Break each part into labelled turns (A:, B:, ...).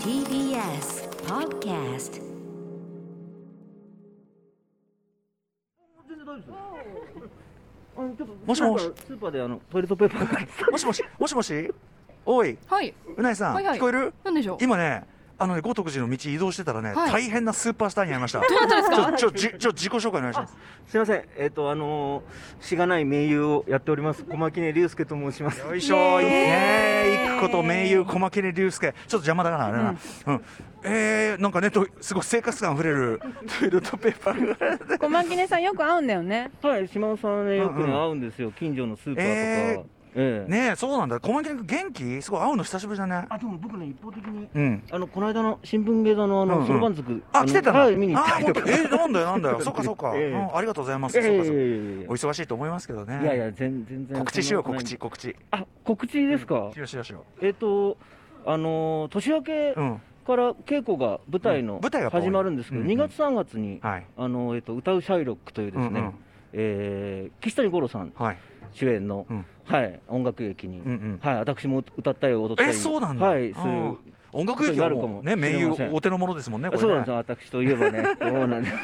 A: TBS Podcast
B: 全然大丈夫ですよ。あのちょっと
C: もしもし
B: スーパースーパーであのトイレットペーパーが
C: もしもし、もしもし、おい、
D: はい。
C: うなえさん、
D: はいはい
C: 聞こえる
D: なんでしょう。
C: 今ね、あのね、豪徳寺の道移動してたらね、
D: はい
C: 大変なスーパースターに会いました。
D: どうだったんですか。
C: ちょ、ちょ、じちょ、自己紹介お願いします。
B: すいません。えっ、とあのーしがない名優をやっております小牧根龍介と申します。
C: よいしょ、いいね、行くこと、名優、小牧根龍介、ちょっと邪魔だから、あれな。うん、えー、なんかね、とすごい生活感あふれるトイレットペーパーが。
E: 小牧根さんよく会うんだよね。
B: はい、島尾さんねよくね、
C: うんうん
B: 会うんですよ。近所のスーパーとか。
C: え
B: え
C: ー
B: え
C: ねえ、そうなんだ、小牧根君元気すごい会うの久しぶりだね。
B: あでも僕ね一方的に
C: うん。
B: あのこの間の新聞芸座のあ
C: うんう
B: の
C: ん
B: そろばん塾
C: あ、来てたの
B: はい見に行った
C: あ
B: り
C: ー
B: とか。
C: えー、なんだよ、なんだよ。そっかそっか、
B: ええ
C: うんありがとうございます。
B: い
C: そっ
B: や
C: か
B: い
C: そ
B: や
C: っ
B: い
C: か
B: やい
C: お忙しいと思いますけどね。
B: やいやいや全全然
C: 告知しよう、告
B: そん
C: 知、告知。
B: なことないあ告知ですか
C: し。ようしようしよ
B: えっ、とあのー年明け
C: う。うん。
B: から稽古が舞台
C: う
B: の
C: ん舞台が多い
B: 始まるんですけど、
C: うんうん
B: 2月3月に
C: はい。
B: あの、えっと、歌うシャイロックというですね、
C: うんうん
B: えー岸谷五郎さん
C: はい。
B: 主演の、
C: うん
B: はい、音楽劇に、
C: うんうん。
B: はい、私も歌ったり踊ったり
C: えそうなんだ
B: はい、する
C: うん音楽劇
B: ちょっとや
C: は
B: るか
C: も
B: も
C: う
B: し
C: ね、
B: れま
C: 名
B: せん
C: 優お手のものですもんね、これね
B: そうなんですよ私といえば ねそうなんです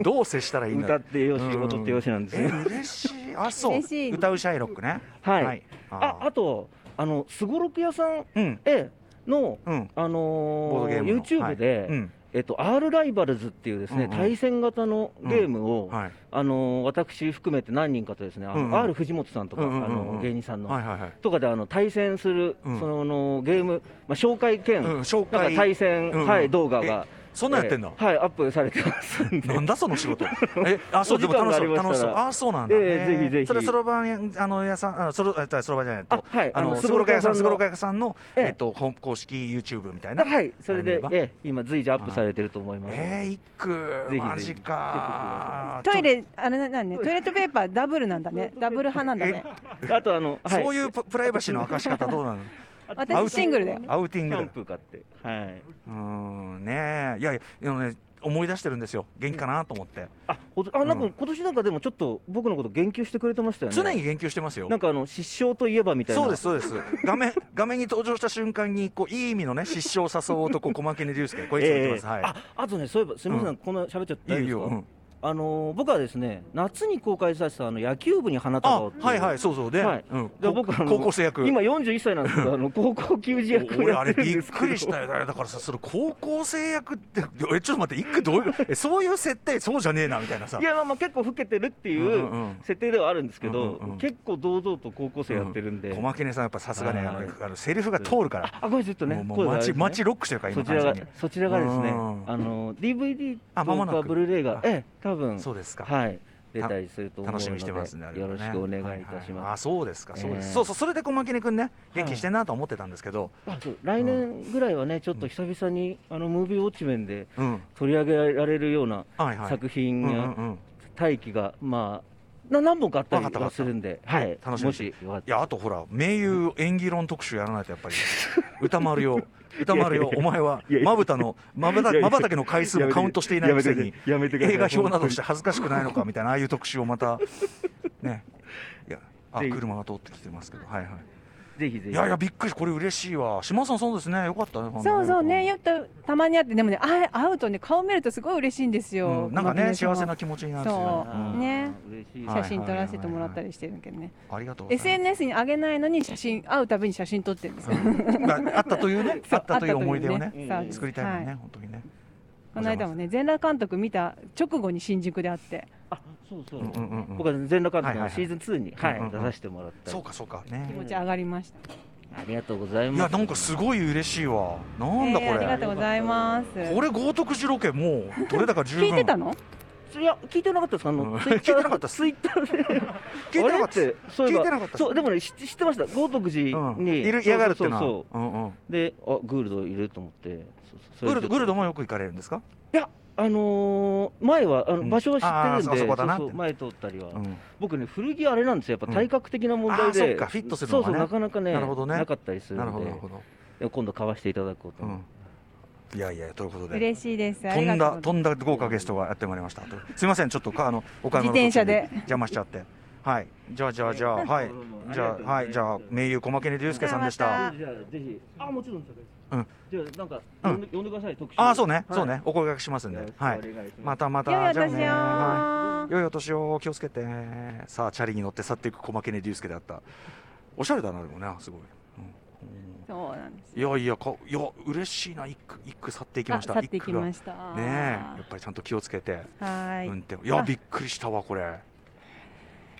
C: どう接したらいいん
B: 歌
C: だ
B: ってよし
C: うん
B: 踊ってよしなんです
C: え、
B: よ、
C: 嬉しい。あ、そう。
E: 嬉しい
C: 歌うシャイロックね。
B: はい、あ
C: あ
B: あとあのすごろく屋さん
C: うん。
B: えの
C: うん。
B: あ
C: ボード
B: の
C: ゲー
B: ー
C: ムの。
B: YouTube で、
C: はいうん。
B: えっと、R ライバルズっていうですね、
C: うんうん
B: 対戦型のゲームを、
C: はい。
B: あのー私含めて何人かとですね、あの
C: うんうん
B: R 藤本さんとか、
C: うんうんうん
B: あ
C: うん
B: の芸人さんの、
C: はいはいはい。
B: とかであの対戦する、
C: うん
B: そのあのゲーム、まあ、紹介兼、
C: うん、紹
B: なんか対
C: 介。
B: 戦、
C: うんうん
B: はい、動画が、
C: そんなんやってんだ
B: え。ーはい、アップされてます んで、
C: なんだその仕事。え、あ、そう、
B: お
C: で
B: 時
C: も
B: 間
C: 楽
B: があ
C: し
B: り
C: そう、
B: ましたら
C: 楽しそう。あ、そうなんだ。
B: え
C: へ
B: えぜひぜひ
C: それ、そろばん、あの、屋さん、あ、そろ、えっとそろばんじゃない
B: あ
C: と。
B: はい、
C: あの、
B: ス
C: す
B: ゴ
C: ごろ
B: ロ
C: く
B: カ
C: 屋
B: 屋
C: さ
B: さ
C: ん、
B: ん
C: す
B: の
C: ごろく屋さんの、
B: ええ
C: えっと、ほん公式 YouTube みたいな
B: あ。はい、それ
C: あれ
B: で
C: ば、
B: えー今、随時アップされてると思います。
C: えー、一句
B: ぜひぜひ
C: マジか
E: トイレ、あれなんだね、トイレットペーパーダブルなんだね。ダブル派なんだね。
B: あとあの、はい、
C: そういうププライバシーの明かし方どう なの
E: 私シングルだよ。
C: アウティ
B: キ
C: ングだ
B: ャ
C: よ
B: ンプ買って、はい、
C: うーんねえいやいやでもね思い出してるんですよ元気かなと思って、
B: あほどあなん
C: う
B: か
C: ん
B: 今年なんかでもちょっと僕のこと言及してくれてましたよね。
C: 常に言及してますよ
B: なんかあの失笑といえばみたいな。
C: そうですそうです画面画面に登場した瞬間にこういい意味のね失笑を誘う男小牧根龍介これいつも言ってます、
B: ええ
C: は
B: ああとね、そういえば、すみません、
C: うん
B: こんな喋っちゃっ
C: い
B: た
C: い
B: ん
C: い
B: です
C: よ、
B: か、
C: うん、
B: あのー僕はですね、夏に公開させたあの野球部に花束を
C: あ
B: ってう
C: はいはいそうそうで、
B: はい
C: うん、
B: じゃあ
C: こ
B: 僕あの
C: 高校生役
B: 今41歳なんです けど、あの高校球児役を
C: 俺
B: や
C: あ
B: っ
C: れ
B: てるん
C: びっ
B: ですけど
C: くりしたよだからさその高校生役ってえちょっと待って一句どういうえそういう設定そうじゃねえなみたいなさ
B: いやまあまあ結構老けてるってい
C: うんう
B: うん設定ではあるんですけど、
C: うんうんうん
B: 結構堂々と高校生やってるんで、
C: 小牧根さんやっぱさすがね
B: はい
C: やっぱあのセリフが通るから
B: あごめんなさいちょっとね
C: もうも
B: 声
C: う
B: があれ
C: 街
B: ですね
C: 街ロックしてるから
B: そ
C: 今
B: ちら
C: 完
B: が
C: 全に
B: そちらがですね
C: うん
B: あの DVD
C: あ間もなく
B: とかブルーレイ
C: あ
B: がええ多分
C: そうですか
B: はい出たりすると思うの
C: 楽
B: で
C: しみにしてますねあれ
B: よ
C: はね
B: ろしくお願いいたし
C: ははあ
B: ます、
C: そうですかそうで
B: え
C: す
B: え
C: そうそうそれで小牧根くんね元気してんなと思ってたんですけど
B: あそう来年ぐらいはねちょっと久々にあのムービーウォッチメンで
C: うん
B: 取り上げられるような
C: はいはい
B: 作
C: う
B: 品
C: んうんう
B: や
C: ん
B: 待機がまあな何本かあったり
C: わかったわ
B: は
C: かった
B: するんで、はい、
C: 楽しみ
B: も
C: にして
B: しよかっ
C: い
B: たら
C: やあとほら名優演技論特集やらないとやっぱり歌 丸よ歌丸よお前はい
B: やいや
C: まぶたのまぶた
B: いやいや
C: まばたきの回数もカウントしていないくせに
B: やめてください
C: 映画表などして恥ずかしくないのか みたいなああいう特集をまたねいやあ
B: ぜひ
C: 車が通ってきてますけどはいはい
B: ぜひぜひ
C: いやいやびっくりこれ嬉しいわ島さんそうですねよかったね
E: そうそうね、
C: よ
E: よくとたまに会って、でもね、あ会うとね、顔見るとすごい嬉しいんですよ。
C: なんかね
E: 小牧
C: 幸
E: 根さ
C: せ
E: ん
C: な
E: は
C: 気持ちになるんですよね
E: そう
C: うん
E: ね
B: 嬉しい
C: はい
E: 写真撮らせてもらったりしてるけどね。
C: ありがとうございま
E: SNS に上げないのに写真、会うたびに写真撮ってるんですよ。
C: すまああったというねあ
E: そう
C: ったという思い出を
E: あ
C: ね
E: ったというそうです
C: 作りたいもん
E: は
C: ね本当にね
E: この間もね、全裸監督見た直後に新宿で会って。
B: あそうそう、
C: うんうんうん
B: 僕は全裸監督
C: はいはいは
B: の
C: い
B: シーズン2に、はい
C: うんうんうん
B: 出させてもらったり
C: そうかそうか
E: 気
C: ね
E: 持ち上がりました。
B: ありがとうござい
C: い
B: ます
C: やなんかすごい嬉しいわなんだこ
E: えーありが
C: れ
E: とうございます。
C: これ豪徳寺ロケもうどれだか十
E: 聞
C: 分
E: いてたの？
B: いや聞いてなかったですかあ
C: うん
B: のツイッター
C: 聞いてなかった
B: ツイッターで
C: 聞いてなかった
B: あれそういえば
C: 聞いてなかった
B: そうでもね知って知ってました豪徳寺
C: うん
B: に
C: いる嫌がるっていうのは
B: そうそうそう
C: うんうん
B: であグールドいると思ってそうそうそ
C: グ
B: れ
C: ル
B: で
C: ドグルドもよく行かれるんですか
B: いやあのー前はあ
C: う
B: の
C: ん
B: 場所は知ってるん
C: あー
B: で、
C: そこだな
B: そう
C: って
B: 前通ったりは、
C: うん
B: 僕ね古着あれなんですよやっぱ体格的な問
C: うんあ
B: 題
C: ー
B: で、
C: そっかフィットするのがね
B: そうそうなかなかね
C: なるほどね
B: なかったりする
C: なる
B: ん
C: ほ
B: で
C: どなるほど
B: で今度買わせていただこうと
C: う
B: 思って
C: んいやいやということで
E: 嬉しいです。あ
C: 飛
E: り
C: ん
E: が
C: だ
E: とう
C: 飛んだ豪華ゲストがやってまいりま したとすみませんちょっとかあのお買い物
E: 自転車で
C: 途中に邪魔しちゃってはいじゃあじゃあじゃあはい
B: ん
C: じゃあ、はい、じゃあ、名優小牧根龍介さんでし
E: じゃ
C: た
E: あまた。
B: じゃあぜひあもちろんです
C: うん
B: じゃあなんか
C: うん
B: 呼んで呼んでください特集
C: ああ、そうね、
B: はい
C: そうね、お声掛けしますんで。
B: よ
C: は
B: ろしくお願い
C: い
B: し。
C: ま
B: ま
C: たまた、
E: 良いお
C: じゃあね
E: 年
C: は
E: を
C: い。。良いお年を、気をつけて。さあ、チャリに乗って去っていく小牧根龍介であった。おしゃれだな、でもね、すごい。うん
E: そうなんです。
C: いやいや、か、いや、嬉しいな、一句、一句去っていきま
E: あ、
C: した。
E: 去っていきま
C: し
E: した。
C: ねえ、やっぱりちゃんと気をつけて。
E: はい、
C: 運転。いや、
E: あ
C: びっくりしたわ、これ。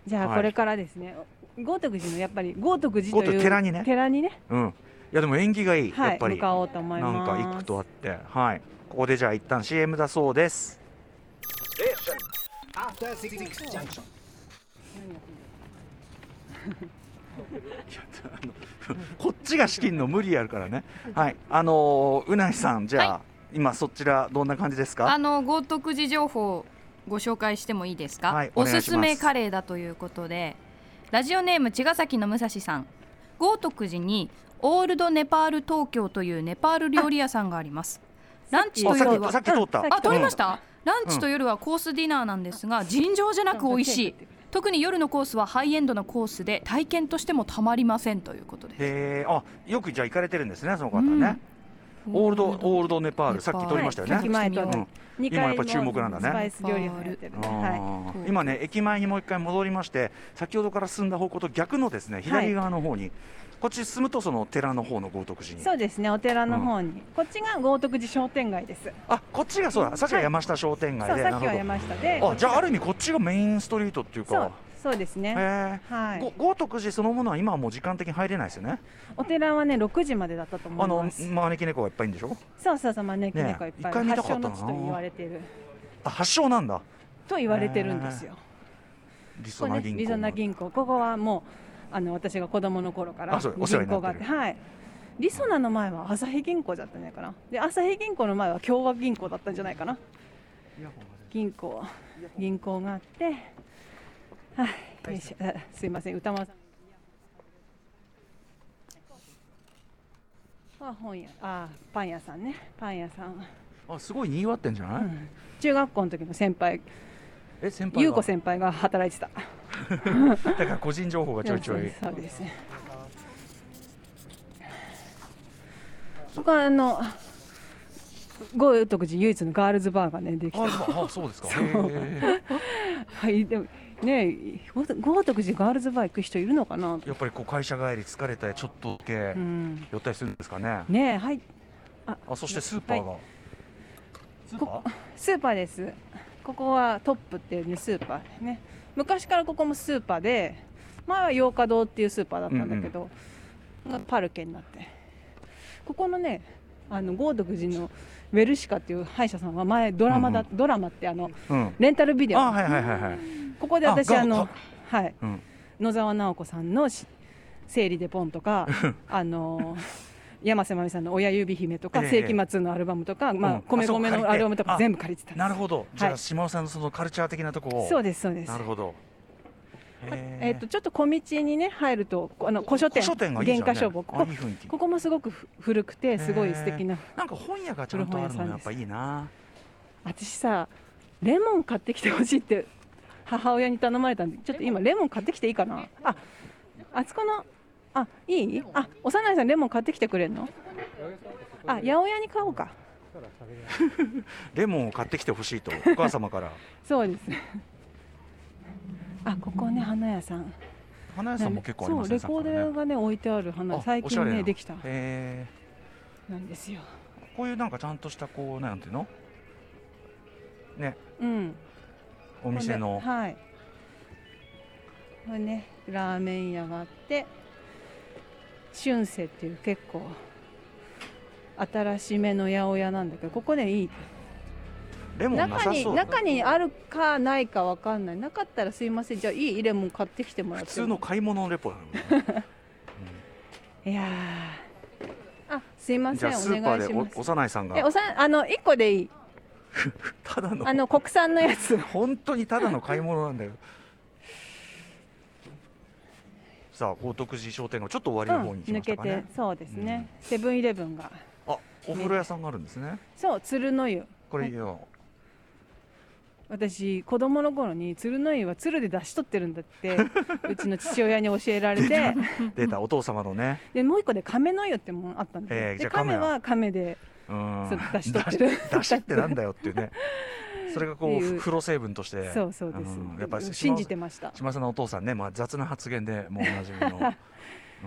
E: じゃ
C: は
E: あ
C: い
E: これからですね、豪徳寺のやっぱり豪徳寺と
C: 豪
E: いう
C: 徳寺にね
E: 寺にね、
C: うん。いや、でも、縁起がいい、
E: は
C: やっ
E: い、
C: ぱり。
E: 向かおうと思い
C: なん
E: ます。
C: か一句とあって、はい。ここでじゃあ一旦 CM だそうです。いやあのこっちが資金の無理やるからね。はい。あのーうないさんじゃあ、今そちらどんな感じです
D: あ
C: か。
D: の豪徳寺情報をご紹介してもいいですか、
C: はいお
D: お
C: 願いし
D: す
C: ます
D: すめカレーだということでラジオネーム茅ヶ崎の武蔵さん豪徳寺にオールドネパール東京というネパール料理屋さんがありますランチと
C: あさっ
D: 夜
C: き
D: は
C: さっき通った。。
D: あ通りましたた、ランチと夜はコースディナーなんですが尋常じゃなく美味しい特に夜のコースはハイエンドなコースで体験としてもたまりませんということです
C: へえあよくじゃあ行かれてるんですねその方ね。オールドオールドネパールさっき通りましたよね。
E: はいさっき前と
C: うん
E: 二
C: 今や
E: 階
C: っぱ注目なんだね
E: のスパイス料理をやってるね。は
C: あー
D: はい
C: 今ね駅前にもう一回戻りまして先ほどから進んだ方向と逆のですね左側の方に、こっち進むとその寺の方の豪徳寺
E: い。
C: に
E: そうですね、お寺の方に、こっちが豪徳寺商店街です。
C: あこっちがそうださっきは山下商店
E: そ
C: 街
E: う、
C: で、
E: さっきは
C: なるほ
E: 山下で。
C: どあじゃあある意
E: 味。
C: 味こっちがメインストリートっていう
E: そ
C: か
E: う、そうです
C: へ
E: ね。
C: え
E: はい
C: ご。豪徳寺そのものは今はもう時間的に入れないですよね、
E: お寺はね、六時までだったと思
C: あ
E: い
C: の
E: ます。
C: 招き猫がいっぱいいるんでしょ
E: そうそうそう、招き猫いっ
C: ねえ
E: ぱ
C: 一
E: い。
C: 回見た
E: 発
C: か
E: 祥
C: ったな
E: の地と言われている。
C: あ発祥なんだ
E: と言われてるんですよ。
C: りそ
E: こ
C: な
E: れね、
C: 銀行
E: リゾナ銀行、ここはもう、あの、私が子供の頃から。
C: あそうお世話になってる
E: 銀行があはい。リソナの前は朝日銀行だったんじゃないかな。で、朝日銀行の前は共和銀行だったんじゃないかな。銀行、銀行があって。はい、よいしょ、あすいません、歌丸さん。あ、本屋、あ、パン屋さんね、パン屋さん。
C: あすごい賑わってんじゃない、
E: うん中学校の時の先輩、
C: え先輩が
E: 優子先輩が働いてた。
C: だから個人情報がちょいちょい
E: そう ですね。他あの豪徳寺唯一のガールズバーがねでき
C: あ
E: た。
C: あそう ですかへ
E: はいでもね豪徳豪徳寺ガールズバー行く人いるのかな
C: え。やっぱりこう会社帰り疲れてちょっとだけ
E: うん。
C: 寄ったりするんですかね、
E: ねはい
C: あそしてスーパーが、スーパー
E: スーパーです。ここはトップっていうねスーパーね。昔からここもスーパーで前は洋華堂っていうスーパーだったんだけど、がパルケになってここのねあの豪徳寺のウェルシカっていう歯医者さんは前ドラマだ、
C: うん
E: ドラマってあの
C: うん
E: レンタルビデオ
C: あはいはいはいはい
E: ここで
C: あ
E: 私
C: が
E: あの
C: か
E: はい
C: うん
E: 野沢直子さんのし生理でポンとかあの山瀬まみさんの親指姫とか、
C: ええ
E: 世紀末のアルバムとか、ま
C: うん
E: あ、米
C: あそう
E: 米
C: 借り
E: の
C: て
E: アルバムとか
C: あ
E: 全部借りてたんです
C: なるほどじゃ
E: は
C: あ
E: い
C: 島尾さんのそのカルチャー的なとこを
E: そうですそうです
C: なるほど
E: えっとちょっと小道にね入るとこあの古書店
C: 書店がいいじゃん、ね、
E: 原価書房こ
C: あ
E: こ
C: いい雰囲気
E: ここもすごくふ古くてすごい素敵な
C: なんか本屋がちゃんとあるのやっぱいいな
E: 私さレモン買ってきてほしいって 母親に頼まれたんでちょっと今レモン買ってきていいかなああそこのあいいあ幼いさんレモン買ってきてくれるのあ八百屋に買おうか
C: レモンを買ってきてほしいとお母様から
E: そうですあここね花屋さん
C: 花屋さんも結構あり
E: そ
C: ま
E: う
C: すね
E: レコー
C: さっ
E: ド
C: き
E: がね置いてある
C: から
E: 花
C: ね
E: 屋最
C: あおしゃ
E: 近
C: れ
E: ね
C: な
E: できた
C: へ
E: なんですよ
C: えこういうなんかちゃんとしたこうなんていうの
E: うん
C: お店の
E: これはいこれねラーメン屋があって春世っていう結構新しめの八百屋なんだけどここでいい
C: レモンな
E: 中
C: さ
E: に
C: そう
E: 中にあるかないかわかんないなかったらすいませんじゃあいいレモン買ってきてもらっ
C: 普
E: て
C: 通の買い物レポだもんね
E: いやーあすいま
C: うんじ
E: せ
C: ゃ
E: ん
C: あ
E: お
C: スーパ
E: 願い
C: ー
E: し
C: で
E: ま
C: お
E: す
C: 幼いさん
E: え
C: が
E: おさんあの1個でいい
C: ただの
E: あの国産のやつ
C: 本当にただの買い物なんだよさあ高徳寺商店街ちょっと終わりの方に来ま
E: 抜
C: した
E: け
C: か
E: て
C: ね、
E: そうですねセブンイレブンが
C: あお風呂屋さんがあるんですね
E: そう鶴の湯
C: これいいよ、
E: 私子供の頃に鶴の湯は鶴で出し取ってるんだって うちの父親に教えられて
C: 出たお父様のね、
E: でもう一個で亀の湯ってものあったんですよ、
C: ええじゃ
E: で
C: あ亀
E: 亀
C: は
E: は亀で
C: うん、
E: そう出し取ってる
C: 出しってなんだよっていうねそれがこ
E: っていうう
C: 風呂成分として
E: そうそうです、
C: んやっぱり
E: 信じてました
C: 島さんのお父さんね、まあ、雑な発言でもうおなじみ のう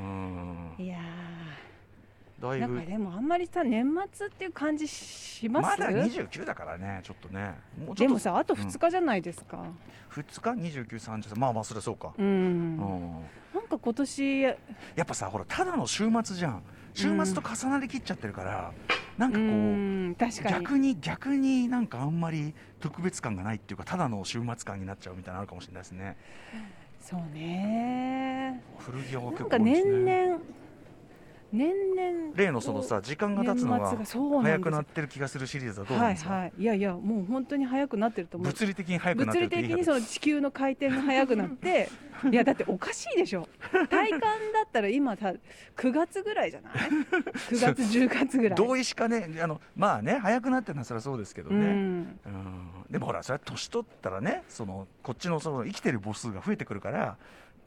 C: ん
E: いや
C: だ
E: ー
C: い
E: なん
C: ぶ
E: かでもあんまりさ年末っていう感じし
C: ま
E: ます
C: だ29だからねちょっとねもうちょ
E: で
C: っと
E: もさあと2日じゃないですか
C: 2日2930まあまあそれそうか、
E: うん、
C: うん、
E: なんか今年
C: やっぱさほらただの週末じゃん週末と重なりきっちゃってるから、なんか
E: う
C: こう、
E: ん確かに
C: 逆に逆になんかあんまり特別感がないっていうかただの週末感になっちゃうみたいなのあるかもしれないですね
E: そうね
C: 古着屋は
E: な
C: 結
E: ん
C: 構
E: か
C: 多いです
E: 年
C: ね
E: 々年々
C: 例のそのさ時間が経つの
E: 年末
C: が
E: がそうな
C: 早
E: んです
C: くなってる気がするシリーズはどうな
E: は
C: ん
E: い
C: ですか、
E: はいいやいやもう本当に早くなってると思う
C: 物理的に早くなっ
E: 物
C: てるって
E: 理
C: 言
E: 的
C: い方
E: にその地球の回転が速くなって いやだっておかしいでしょ体感だったら今た9月ぐらいじゃない9月10月ぐらい
C: 同意しかねあのまあね早くなってるのはそれはそうですけど
E: う
C: ね、
E: ん
C: うんでもほらそれは年取ったらねそのこっちのその生きてる母数が増えてくるから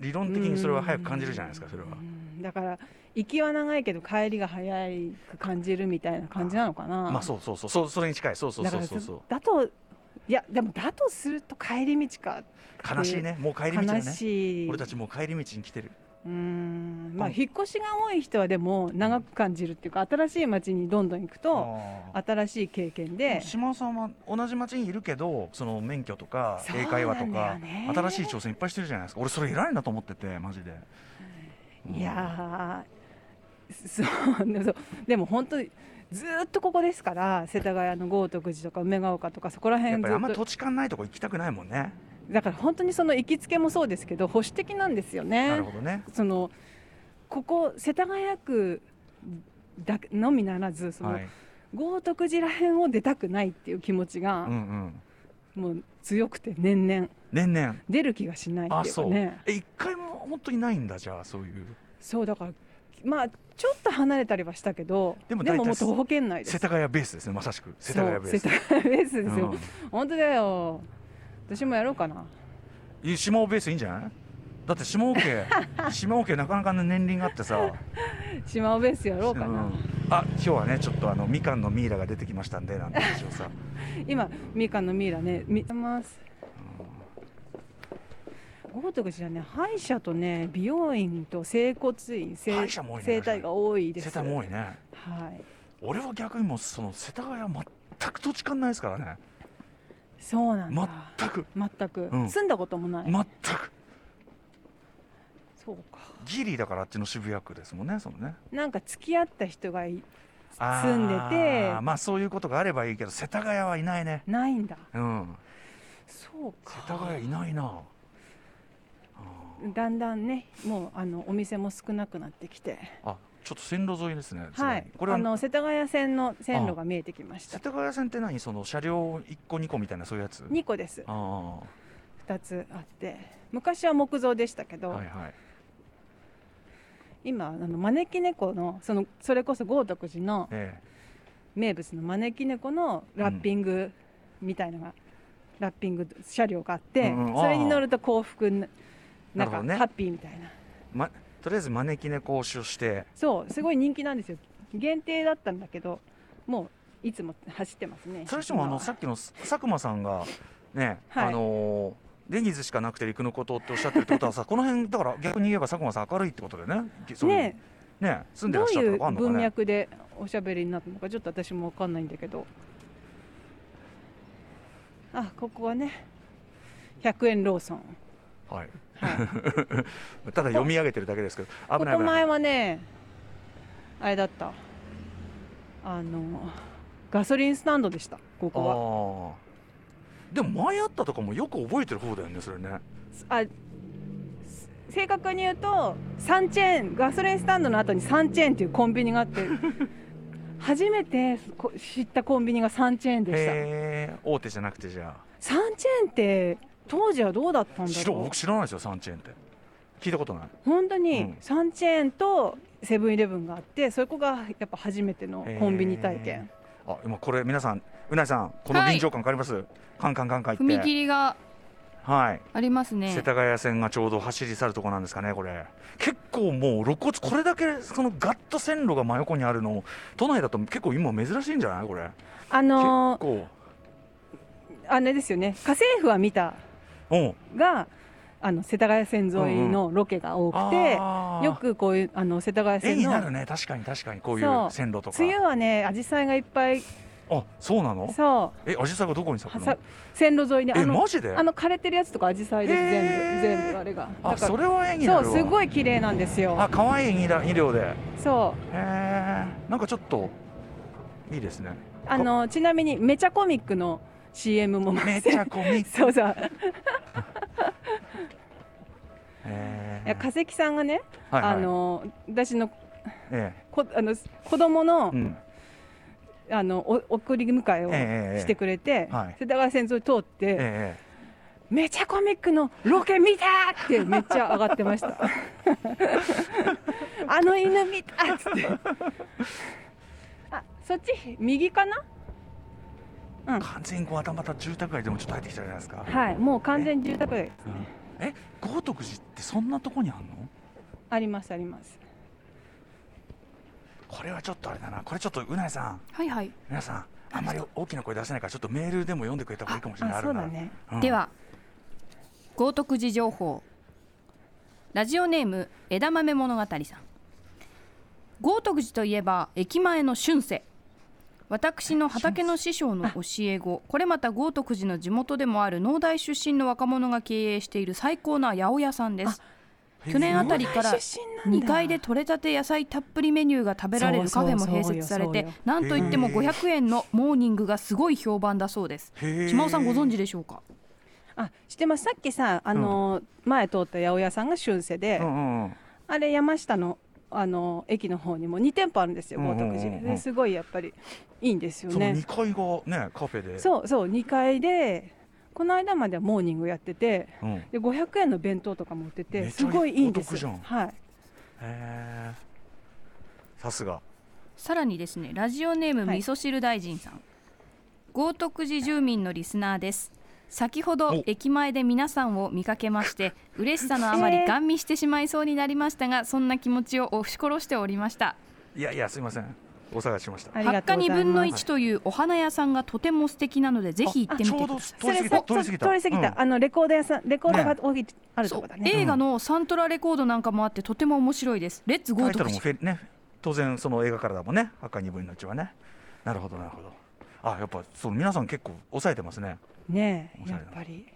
C: 理論的にそれは早く感じるじゃないですかそれは
E: うんだから行きは長いけど帰りが早いく感じるみたいな感じなのかな
C: まあそうそうそうそうそれに近いそうそう
E: だ
C: そ
E: か
C: う
E: ら
C: そうそ
E: だといやでもだとすると帰り道か
C: う悲しいねもう帰り道だ
E: 悲
C: ね
E: しい
C: 俺たちもう帰り道に来てる
E: うーんまあ
C: うん
E: 引っ越しが多い人はでも長く感じるっていうか新しい町にどんどん行くと
C: あ
E: 新しい経験
C: ー
E: で
C: 島尾さんは同じ町にいるけどその免許とか
E: そう
C: 英会話と
E: な
C: か
E: んだよね
C: 新しい挑戦いっぱいしてるじゃないですか俺それ偉いなと思っててマジで、うん
E: いやーそうでもそうでも本当にずーっとここですから世田谷の豪徳寺とか梅ヶ丘とかそこら
C: やっ
E: 辺
C: ぱ
E: ず
C: りあんま
E: っと
C: 土地勘ないとこ行きたくないもんね
E: だから本当にその行きつけもそうですけど保守的なんですよ
C: なる
E: ね
C: ほ。どね
E: そのここ世田谷区だけのみならずその、
C: はい
E: 豪徳寺ら辺を出たくないっていう気持ち
C: うんう
E: が
C: ん
E: もう強くて年々
C: 年々
E: 出る気がしない
C: あ
E: っていうか
C: そう
E: ね
C: え一回も本当にないんだじゃあそういう
E: そうだからまあちょっと離れたりはしたけど
C: で
E: で
C: も
E: も
C: 大体
E: もう徒歩圏内です
C: 世田谷ベースですねまさしく世田谷ベース
E: そう世田谷ベースですよ、
C: うん
E: 本当だよ私もやろうかな
C: え島尾ベースいいんじゃないだって島尾家 島尾家なかなかの年輪があってさ
E: 島尾ベースやろうかな、
C: んあ今日はねちょっとあのみかんのミイラが出てきましたんで なんて話をさ
E: 今みかんのミイラね見てます豪徳寺はね歯医者とね美容院と整骨院整
C: 歯医者も多いね
E: 整体が多いです
C: 世田谷も多いね
E: はい
C: 俺は逆にもうその世田谷は全く土地勘ないですからね
E: そうなんだ
C: 全く
E: 全く、
C: うん
E: 住んだこともない、
C: 全く
E: そうか
C: ギリだからあっちの渋谷区ですもんねそのね
E: なんか付き合った人がい
C: あー
E: 住んでて
C: まあそういうことがあればいいけど世田谷はいないね
E: ないんだ
C: うん
E: そう
C: 世
E: か
C: 田谷いないなあ
E: だんだんねもうあのお店も少なくなってきて
C: ーあちょっと線路沿いですねすご
E: はい
C: これ
E: あ
C: は
E: の世田谷線の線路が見えてきまし
C: 世
E: た
C: 田谷線って何その車両1個2個みたいなそういうやつ
E: 2個です
C: ああ
E: 2つあって昔は木造でしたけど、
C: はいはい
E: 今あの招き猫のそのそれこそ豪徳寺の
C: え
E: 名物の招き猫のラッピングみたいのが、ラッピング車両があって、
C: うんうんあー
E: それに乗ると幸福な
C: な
E: な
C: る
E: ん
C: ほど
E: か、
C: ね
E: ハッピーみたいな
C: えまとりあえず招き猫を使用して
E: そうすごい人気なんですよ限定だったんだけどもういつも走ってますね
C: それにしてもあの
E: 今は
C: さっきの佐久間さんがね、
E: はい
C: あのーデニーズしかなくて陸のことっておっしゃってるってこ とはさこの辺だから逆に言えば佐久間さん明るいってことでねそういう
E: ね
C: ね住んでら
E: ど
C: っ
E: う
C: しゃ
E: い
C: る
E: う
C: とかあるのか
E: 文
C: ね
E: 脈でおしゃべりになったのかちょっと私もわかんないんだけどあここはね100円ローソン、
C: はい、
E: は い、
C: ただ読み上げてるだけですけど危ない危な
E: ここ前
C: い
E: はねあれだったあのガソリンスタンドでしたこ
C: あ
E: こは
C: ーでも前あったとかもよく覚えてる方だよねそれね
E: あす正確に言うと3チェーンガソリンスタンドの後に3チェーンっていうコンビニがあって 初めてこ知ったコンビニが3チェーンでした
C: へえ大手じゃなくてじゃあ
E: サンチェーンって当時はどうだったんだ
C: 知らん
E: ろ
C: 僕知らないですよ3チェーンって聞いたことないう
E: 本当
C: う
E: に
C: ん
E: サンチェーンとセブンイレブンがあってそこがやっぱ初めてのコンビニ体験
C: あ今これ皆さんうないさんこの
D: はい
C: 臨場感わかります、カンカンカンカン言っ
D: 踏
C: て
D: 切が
C: はい
D: ありますね
C: 世田谷線がちょうど走り去るとこなんですかねこれ結構もう露骨これだけそのガッと線路が真横にあるの都内だと結構今珍しいんじゃないこれ
E: あ
C: 結
E: のー
C: 構
E: あれですよね家政婦は見た
C: うん
E: があの世田谷線沿いのロケが多くて、
C: あー
E: よくこういうあの世田谷
C: 絵
E: 線
C: に
E: の
C: なるね確かに確かにこうい
E: そう
C: う線路とか
E: 梅雨はね紫陽花がいっぱい
C: あそうなの
E: そ
C: えアジサイがどこに咲
E: う
C: く
E: はさ
C: の
E: 線路沿いにあ
C: え
E: の
C: マジで
E: あの枯れてるやつとか紫陽花です
C: へー
E: 全部全部あれが
C: あそ
E: ら
C: れは絵にな
E: そ
C: る
E: う
C: わ
E: す
C: い
E: ごい綺麗なんですよ
C: あ可愛い二段二両でへ
E: そう
C: えなんかちょっといいですね
E: あのちなみにめちゃコミックの CM も
C: めっちゃコミック
E: そうそう
C: へ
E: い
C: え
E: や化石さんがね、
C: はいはい
E: あの私の
C: え
E: こあの子供の,、
C: えうん
E: あのお送り迎えを
C: ええ
E: してくれて、
C: はい
E: 世田谷線沿い通って、
C: え
E: めちゃコミックのロケ見たってめっちゃ上がってました あの犬見たっつってあそっち右かな
C: え完全にこう頭また住宅街でもちょっと入ってきたじゃないですか
E: はいもう完全に住宅街
C: うんえ豪徳寺ってそんなとこにあんの
E: ありますあります
C: これはちょっとあれだなこれちょっとうないさん
D: はいはい、
C: 皆さんあんまり大きな声出せないからちょっとメールでも読んでくれた方がいいかもしれない
E: あ
C: あ
E: そ
C: る
E: う
C: な
E: だね
C: うん
D: では豪徳寺情報ラジオネーム枝豆物語さん豪徳寺といえば駅前の春生私の畑の師匠の教え子これまた豪徳寺の地元でもある農大出身の若者が経営している最高な八百屋さんです去年あたりから
E: 農大出身なんだ
D: 2階で採れたて野菜たっぷりメニューが食べられるカフェも併設されて
E: そうそうそうよそうよ
D: なんといっても500円のモーニングがすごい評判だそうです
C: へー
D: 島尾さんご存知でしょうか
E: あ知ってますさっきさあの、前通った八百屋さんが春世で、
C: うんうんうん
E: あれ山下のあの駅の方にも2店舗あるんですよ
C: うんう
E: 豪
C: んうんうん
E: 徳寺、ですごいやっぱりいいんですよ
C: その
E: ね
C: 2階がねカフェで
E: そうそう2階でこの間まではモーニングやってて
C: うん、へ
E: で500円の弁当とかも売ってて
C: め
E: す
C: ちゃ
E: ごいいいんで
C: お
E: す
C: 得じゃん
E: はい、
C: えさすが
D: さらにですねラジオネーム
E: はい
D: 味噌汁大臣さん、豪徳寺住民のリスナーです先ほど
C: お
D: 駅前で皆さんを見かけま して嬉しさのあま
E: えー
D: りガン見してしまいそうになりましたがそんな気持ちを押し殺しておりました
C: いやいやすいませんお探ししました
E: あり
D: 八
E: がと
D: 日
E: うご
D: に
E: ざい
D: 分の
E: ます
D: 1というお花屋さんがとても素敵なのでぜひ行ってみ
C: ちょ
D: て
C: う
D: く
C: ど
D: ださい
C: 通り過ぎ
E: そ
C: た通り
E: れそ
C: 過ぎた
E: 通り過ぎた、あのレコード屋さんレコードが
C: ね
E: 多いあると
D: そう
E: こだね
D: 映画のサントラレコードなんかもあってとても面白いですレッツ
C: うん、
D: ゴ
C: タ
D: ー
C: イ
D: ト
C: トルもフェね当然その映画からだもんね赤二分の一はねなるほどなるほどあやっぱそう皆さん結構抑えてますね
E: ね
C: 面
E: え
C: 白
E: や
C: い
E: っ
C: な
E: ぱり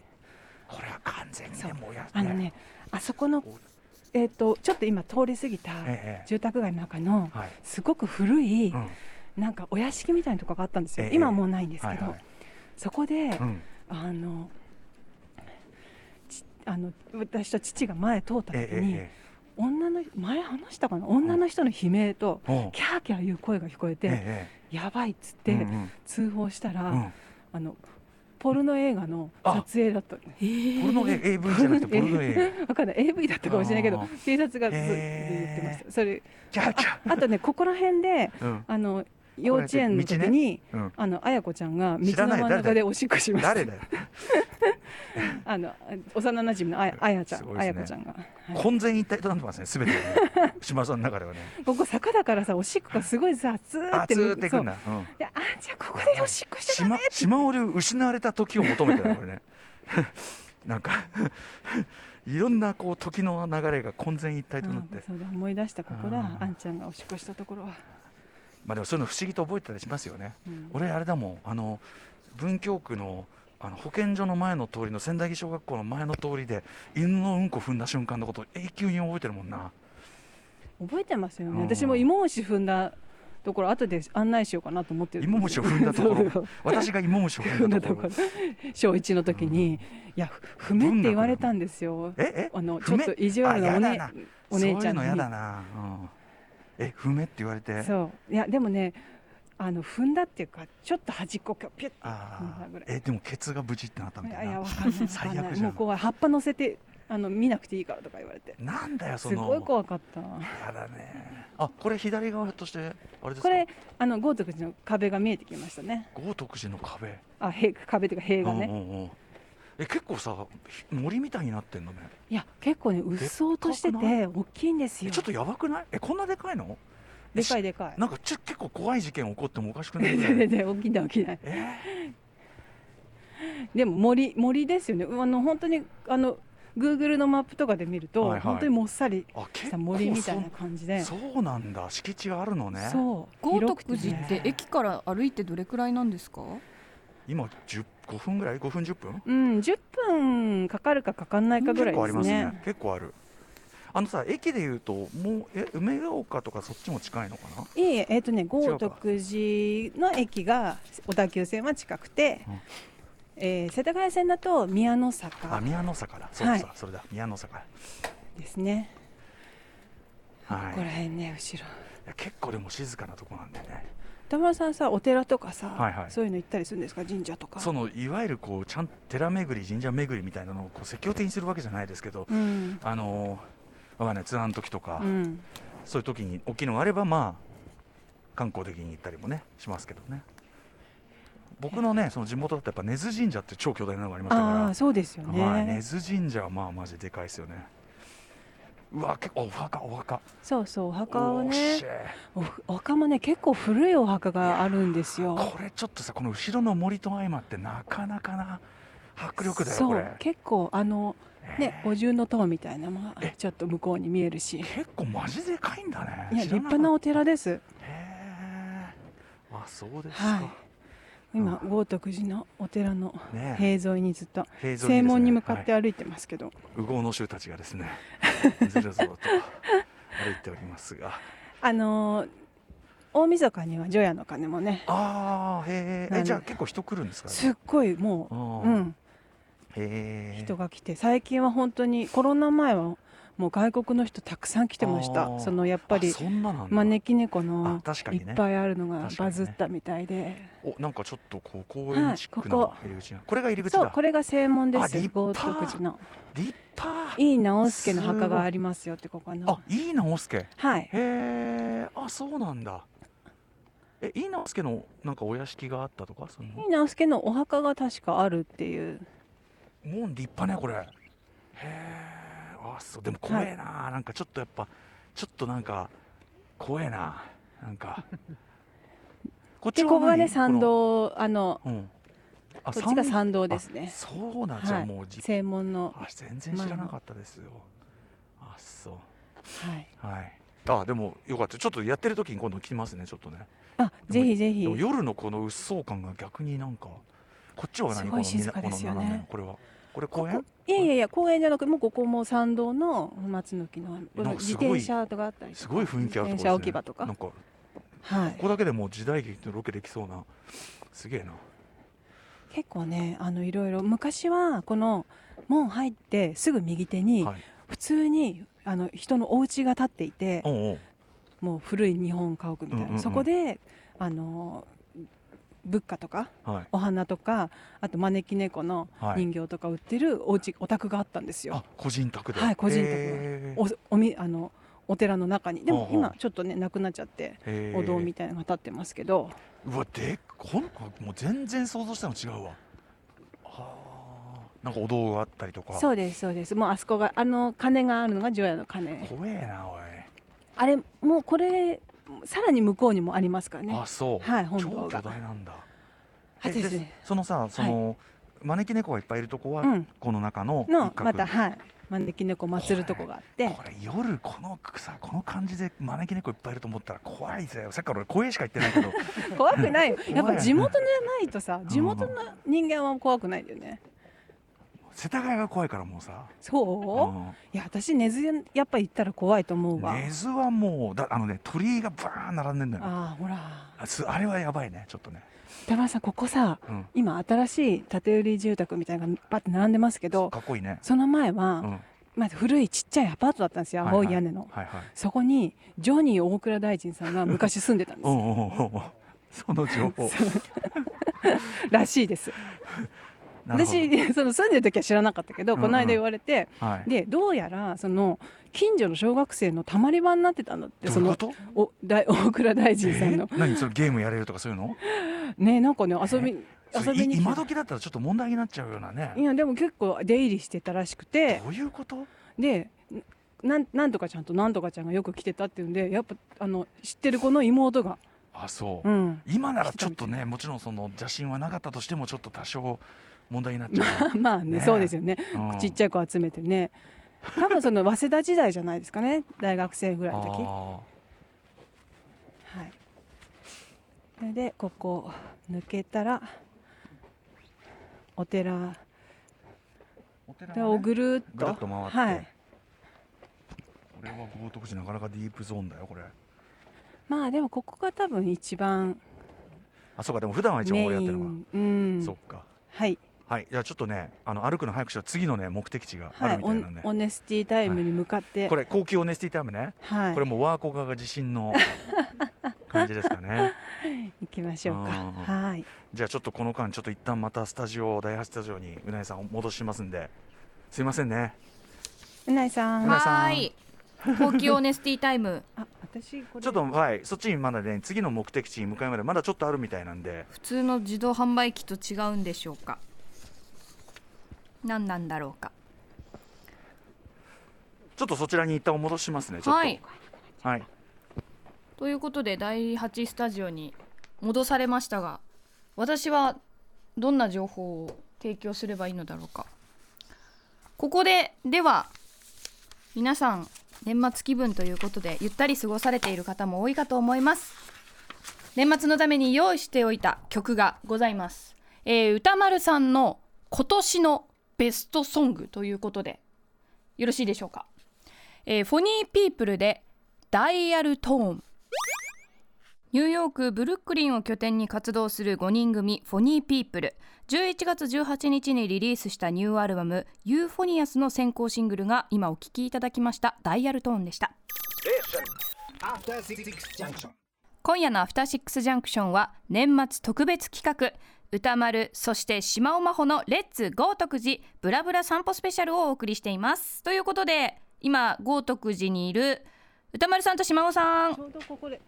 C: これは完全にでもうや
E: あのねあそこのえっ、とちょっと今通り過ぎた
C: ええ
E: 住宅街の中の
C: はい
E: すごく古い、
C: うん
E: なんかお屋敷みたいなとこがあったんですよ、
C: ええ
E: 今はもうないんです
C: は
E: けど、
C: いはい
E: そこで、
C: うん
E: あのちあの私と父が前通った時
C: え
E: に、
C: ええ
E: 女の前話したかな女の人の悲鳴と、
C: えええうん
E: キャーキャーいう声が聞こえて、
C: え
E: やばいっつっ
C: え
E: て、
C: うんうん
E: 通報したら、
C: うん
E: あのポルノ映画の撮影だったの
C: ポルノえ AV じゃなくてポルノ映画
E: わかんない AV だったかもしれないけど
C: あー
E: 警察がず
C: へ
E: っ
C: ー
E: と言ってましたそれ
C: キャーキャ
E: あとねここら辺で
C: ー、うん
E: あの幼稚園の時
C: 道
E: に、
C: うん、
E: あの綾子ちゃんが道の
C: 知らな
E: 真
C: い
E: ん
C: 誰だ
E: 中
C: よ
E: でおしっこしました
C: 誰だよ
E: あの幼馴染のあやあやちゃ
C: す
E: ん、
C: ごい
E: あ
C: ですね
E: やこちゃんが、はい
C: 混然一体となってますねすべてが ね島さんの中ではね
E: ここ坂だからさおしっこがすごいさつー
C: あ
E: っ
C: ず
E: て
C: ーっていくんだ、うん
E: そうであんちゃんここでおしっこしてた
C: 島
E: ね
C: 島を失われた時を求めてるこれね なんかいろんなこう時の流れが混然一体となっ
E: あ
C: て、
E: ーそうだ思い出したここだ
C: あー
E: あんちゃんがおしっこしたところは、
C: まあでもそういうの不思議と覚えてたりしますよね
E: うん
C: 俺あれだもんあの文京区のあの保健所の前の通りの仙台木小学校の前の通りで犬のうんこ踏んだ瞬間のことを永久に覚えてるもんな
E: 覚えてますよね
C: うん
E: 私も芋虫踏んだところ後で案内しようかなと思ってる
C: 芋虫を踏んだとこ
E: そう
C: ろ私が芋虫を踏
E: 踏ん
C: んだ
E: だ
C: と
E: と
C: こ
E: ころ
C: ろ
E: 小一の時に、いやふ踏めって言われたんですよ
C: ええ
E: あの
C: 踏
E: ちょっ
C: め
E: と意地悪なお,、
C: あ
E: ね
C: やだな、
E: お姉ちゃん
C: そういうの
E: に
C: やだな、うん、え踏めって言われて
E: そういやでもねあの踏んだっていうかちょっと端っこからピュッ
C: あ
E: 踏んだぐ
C: ー
E: らい
C: えでもケツが無事ってなったみ
E: い
C: た
E: や
C: い
E: い
C: な
E: やわかんないわかん
C: 最
E: ない
C: 悪じゃ
E: もうんこう葉っぱ乗せてあの見なくていいからとか言われて
C: なんだよそ
E: す
C: の
E: ごい怖かった
C: やだねあこれ左側としてあれですか
E: これあの豪徳寺の壁が見えてきましたね
C: 豪徳寺の壁
E: あ塀壁というか塀がね、
C: うんうんうんえ結構さひ森みたいになってんのね
E: いや結構ね鬱蒼として
C: でっかくな
E: て大きいんです
C: え
E: よ
C: ちょっとやばくないえこんなでかいの
E: でかいでかい
C: なんかちょ結構怖い事件起こってもおかしくない
E: 全
C: ぐら
E: 然
C: い
E: 全然起きない起きない
C: え
E: でも森森ですよねあの本当にあの Google のマップとかで見ると、
C: はいはい
E: 本当にもっさり
C: ーあ
E: し
C: 結
E: た
C: 構
E: 森みたいな感じで
C: そそうなんだ敷地があるのね
E: そう
D: 豪
E: 広く
D: 徳寺
E: ね
D: って駅から歩いてどれくらいなんですか
C: 今10 5分ぐらい5分10分
E: うん10分かかるかかかんないかぐら
C: 結
E: い
C: 構あ
E: で
C: り
E: す
C: ます
E: ね
C: ね結構あるあのさ駅でいうともうえ梅ヶ丘とかそっちも近いのかない
E: いええっ、とね豪徳寺の駅が小田急線は近くて、
C: うん
E: えー世田谷線だと宮の
C: あ
E: 坂
C: 宮の坂だそうだ、
E: はい
C: それだ宮の坂
E: ですね、
C: はい
E: ここら辺ね後ろ
C: いや結構でも静かなとこなんでね
E: 田村さんさお寺とかさ、
C: はいはい
E: そういうの行ったりするんですか神社とか
C: そのいわゆるこうちゃん寺巡り神社巡りみたいなのをこう積極的にするわけじゃないですけど、
E: うん
C: あのーわかんないツアーの時とか、
E: うん
C: そういう時に大きいのがあればまあ観光的に行ったりもねしますけどね僕のねその地元だとやっぱ根津神社って超巨大なのがありましたから
E: ああそうですよね、
C: はい、根津神社はまあマジでかいですよねうわ結構お墓お墓
E: そうそうお墓を
C: おっし
E: ね
C: ゃ
E: おお墓もね結構古いお墓があるんですよ
C: これちょっとさこの後ろの森と相まってなかなかな迫力だよこ
E: そ
C: れ
E: う結構あのね五重の塔みたいなのも
C: え
E: ちょっと向こうに見えるしい
C: 結構マジでかいんだね知
E: や立
C: らなかった
E: 派なお寺です
C: へえあそうですか、
E: はい今豪徳寺のお寺の
C: ねえ
E: 塀沿いにずっと
C: 平蔵
E: 正
C: ですね
E: 門に向かって
C: はい
E: 歩いてますけど、
C: 右往の衆たちがですね ずるずると歩いておりますが
E: あのー大晦日には除夜の鐘もね
C: ああへえ
E: なん
C: えじゃあ結構人来るんですかね
E: すっごいも
C: あ
E: う、
C: ー
E: うん、
C: へえ
E: 人が来て最近は本当にコロナ前はもう外国の人たくさん来てまし
C: あー
E: たそのやっぱり
C: あそんななんだ
E: 招き猫
C: あ
E: の
C: 確か
E: い
C: にね
E: っぱいあるのが
C: 確かにね
E: バズったみたいで、
C: おなんかちょっとこう公園チックな
E: はいここ
C: 入り口がこれが入り口
E: そう
C: だ
E: これが正門で
C: あ
E: す
C: 立
E: 豪
C: 派
E: 徳寺の
C: 立派
E: いい直輔の墓
C: すごい
E: がありますよってここ
C: あ
E: の
C: いいなおすけへ
E: はい
C: えあそうなんだえいいなおすけのなんかお屋敷があったとかその
E: いい直輔のお墓が確かあるっていう
C: もう立派ねこれへえあそうでも怖えな、なんかちょっとやっぱちょっとなんか怖えななん かこっ
E: で
C: は
E: ここがね
C: 何
E: 参道あの
C: このうんあ
E: こっちが参道ですね
C: あそうなんじゃ
E: は
C: あ
E: い
C: もうじ、
E: 正門の
C: あ全然知らなかったですよあそう
E: はい
C: はいあでもよかったちょっとやってる時に今度来ますねちょっとね
E: あぜひぜ
C: で
E: ひ
C: も夜のこの鬱蒼感が逆になんかこっちは何
E: すごい
C: この
E: 静かですよね
C: この斜めこれはこれ公園
E: いやいやいや公園じゃなくもうここも参道の松の木の
C: なんか
E: 自
C: すごい
E: 転車とかあったりとか
C: すごい雰囲気あるところです、ね、
E: 自転車置き場と
C: な
E: か
C: んか
E: は
C: こ
E: い
C: こだけでもう時代劇のロケできそうなすげえな
E: 結構ねあのいろいろ昔はこの門入ってすぐ右手に、
C: はい
E: 普通にあの人のお家が建っていて
C: おうおう
E: もう古い日本家屋みたいな、
C: うんうんうん
E: そこであの仏花とか
C: はい
E: お花とかあと招き猫の
C: はい
E: 人形とか売ってるお家、お宅があったんですよ
C: あ個人宅で
E: はい個人宅
C: へ
E: おおみあのお寺の中にで
C: ほう
E: も
C: ほう
E: 今ちょっとねなくなっちゃって
C: え
E: お堂みたいなのが建ってますけど、
C: うわでっこんあもう全然想像したの違うわはあなんかお堂があったりとか
E: そうですそうですもうあそこがあの鐘があるのが除夜の鐘
C: 怖えなおい、
E: あれもうこれさらに向こうにもありますからね
C: あそう、
E: はい本
C: 超
E: 堂
C: 巨
E: が
C: 大なんだ
E: あ
C: え
E: そうです
C: で
E: ね
C: そのさその、招き猫がいっぱいいるとこは、
E: うん
C: この中の一
E: の
C: 角
E: またはい招き猫祀るとこがあって
C: これ夜このさこの感じで招き猫いっぱいいると思ったら怖いぜさっきから俺怖いしか言ってない けど
E: 怖くないよやっ
C: 怖い
E: ぱ地元じゃないとさ地元の人間は怖くないんだよね
C: 世田谷が怖いからもうさ、
E: そう
C: う、
E: いや私根津やっぱ行ったら怖いと思うんわ
C: 根津はもうだあのね鳥居がバーン並んでんだよ
E: あーほら
C: あすあれはやばいねちょっとね、
E: 田村さんここさ
C: うん、
E: 今新しい建て売り住宅みたいなのがバッて並んでますけど
C: かっこいいね、
E: その前
C: うん
E: は、
C: はい
E: まず古いちっちゃいアパートだったんですよ
C: はい
E: 青い屋根の、
C: はい
E: そこにジョニー大蔵大臣さんが昔住ん でたんで
C: う
E: す
C: んうんうんうんその情報
E: らしいです
C: なるほど
E: 私その住んでる時は知らなかったけど、
C: うんうん
E: この間言われて
C: はい
E: でどうやらその近所の小学生のたまり場になってたんだってそ
C: どういうこ
E: の
C: と
E: お大大倉大臣さんの
C: え何そのゲームやれるとかそういうの
E: ねなんかね遊び
C: それ
E: 遊び
C: い
E: に
C: 今
E: 来て
C: 時だったらちょっと問題になっちゃうようなね
E: いやでも結構出入りしてたらしくて
C: どういうこと
E: でなんなんとかちゃんとなんとかちゃんがよく来てたっていうんでやっぱあの知ってる子の妹が、
C: あそう、
E: うん、
C: 今ならちょっとねもちろんその邪神はなかったとしてもちょっと多少問題になっち
E: ま
C: ゃう
E: あまあね
C: ね
E: そうですよね
C: うん
E: ちっちゃい子集めてね多分その早稲田時代じゃないですかね大学生 ぐらいの時
C: あ
E: はい、それでここ抜けたらお寺
C: ーお寺
E: をぐるーっ
C: ぐる
E: と
C: っと回って
E: はい、
C: これは豪徳寺なかなかディープゾーンだよこれ
E: まあでもここが多分一番
C: あそうかでも普段は一応
E: メ
C: こうやっ
E: イ
C: てるのが
E: ン、うん
C: そっか
E: はい、
C: はいじゃあちょっとねあの歩くの早くしよう次のね目的地があ
E: は
C: るみ
E: いオ
C: たいな
E: ン
C: ね、
E: オネスティタイムに向かって、
C: これ高級オネスティタイムね、
E: はい、
C: これもうワーコガが自信 の感じですかね
E: 行きましょうか
C: うん。
E: はい。
C: じゃあちょっとこの間ちょっと一旦またスタジオ第8スタジオにうなぎさんを戻しますんですいませんね
E: うないさん。
C: 皆
E: あ、
C: さん
D: はー い高級オネスティタイム
E: 私これ
C: ちょっとはいそっちにまだね次の目的地に向かうまでまだちょっとあるみたいなんで
D: 普通の自動販売機と違うんでしょうか何なんだろうか
C: ちょっとそちらに一旦お戻ししますねちょっと
D: はい
C: はい
D: ということで第8スタジオに戻されましたが私はどんな情報を提供すればいいのだろうかここででは皆さん年末気分ということでゆったり過ごされている方も多いかと思います年末のために用意しておいた曲がございます、えー歌丸さんの今年のベストソングということでよろしいでしょうか、えーフォニーピープルでダイヤルトーンニューヨークブルックリンを拠点に活動する5人組フォニーピープル11月18日にリリースしたニューアルバム「ユーフォニアス」の先行シングルが今お聴きいただきました「ダイヤルトーン」でした。
F: After Six Junction.
D: 今夜のアフターシックスジャンクションは年末特別企画歌丸そして島尾真帆のレッツ豪徳寺ブラブラ散歩スペシャルをお送りしていますということで今豪徳寺にいる歌丸さんと島尾さん
E: ちょうどここで。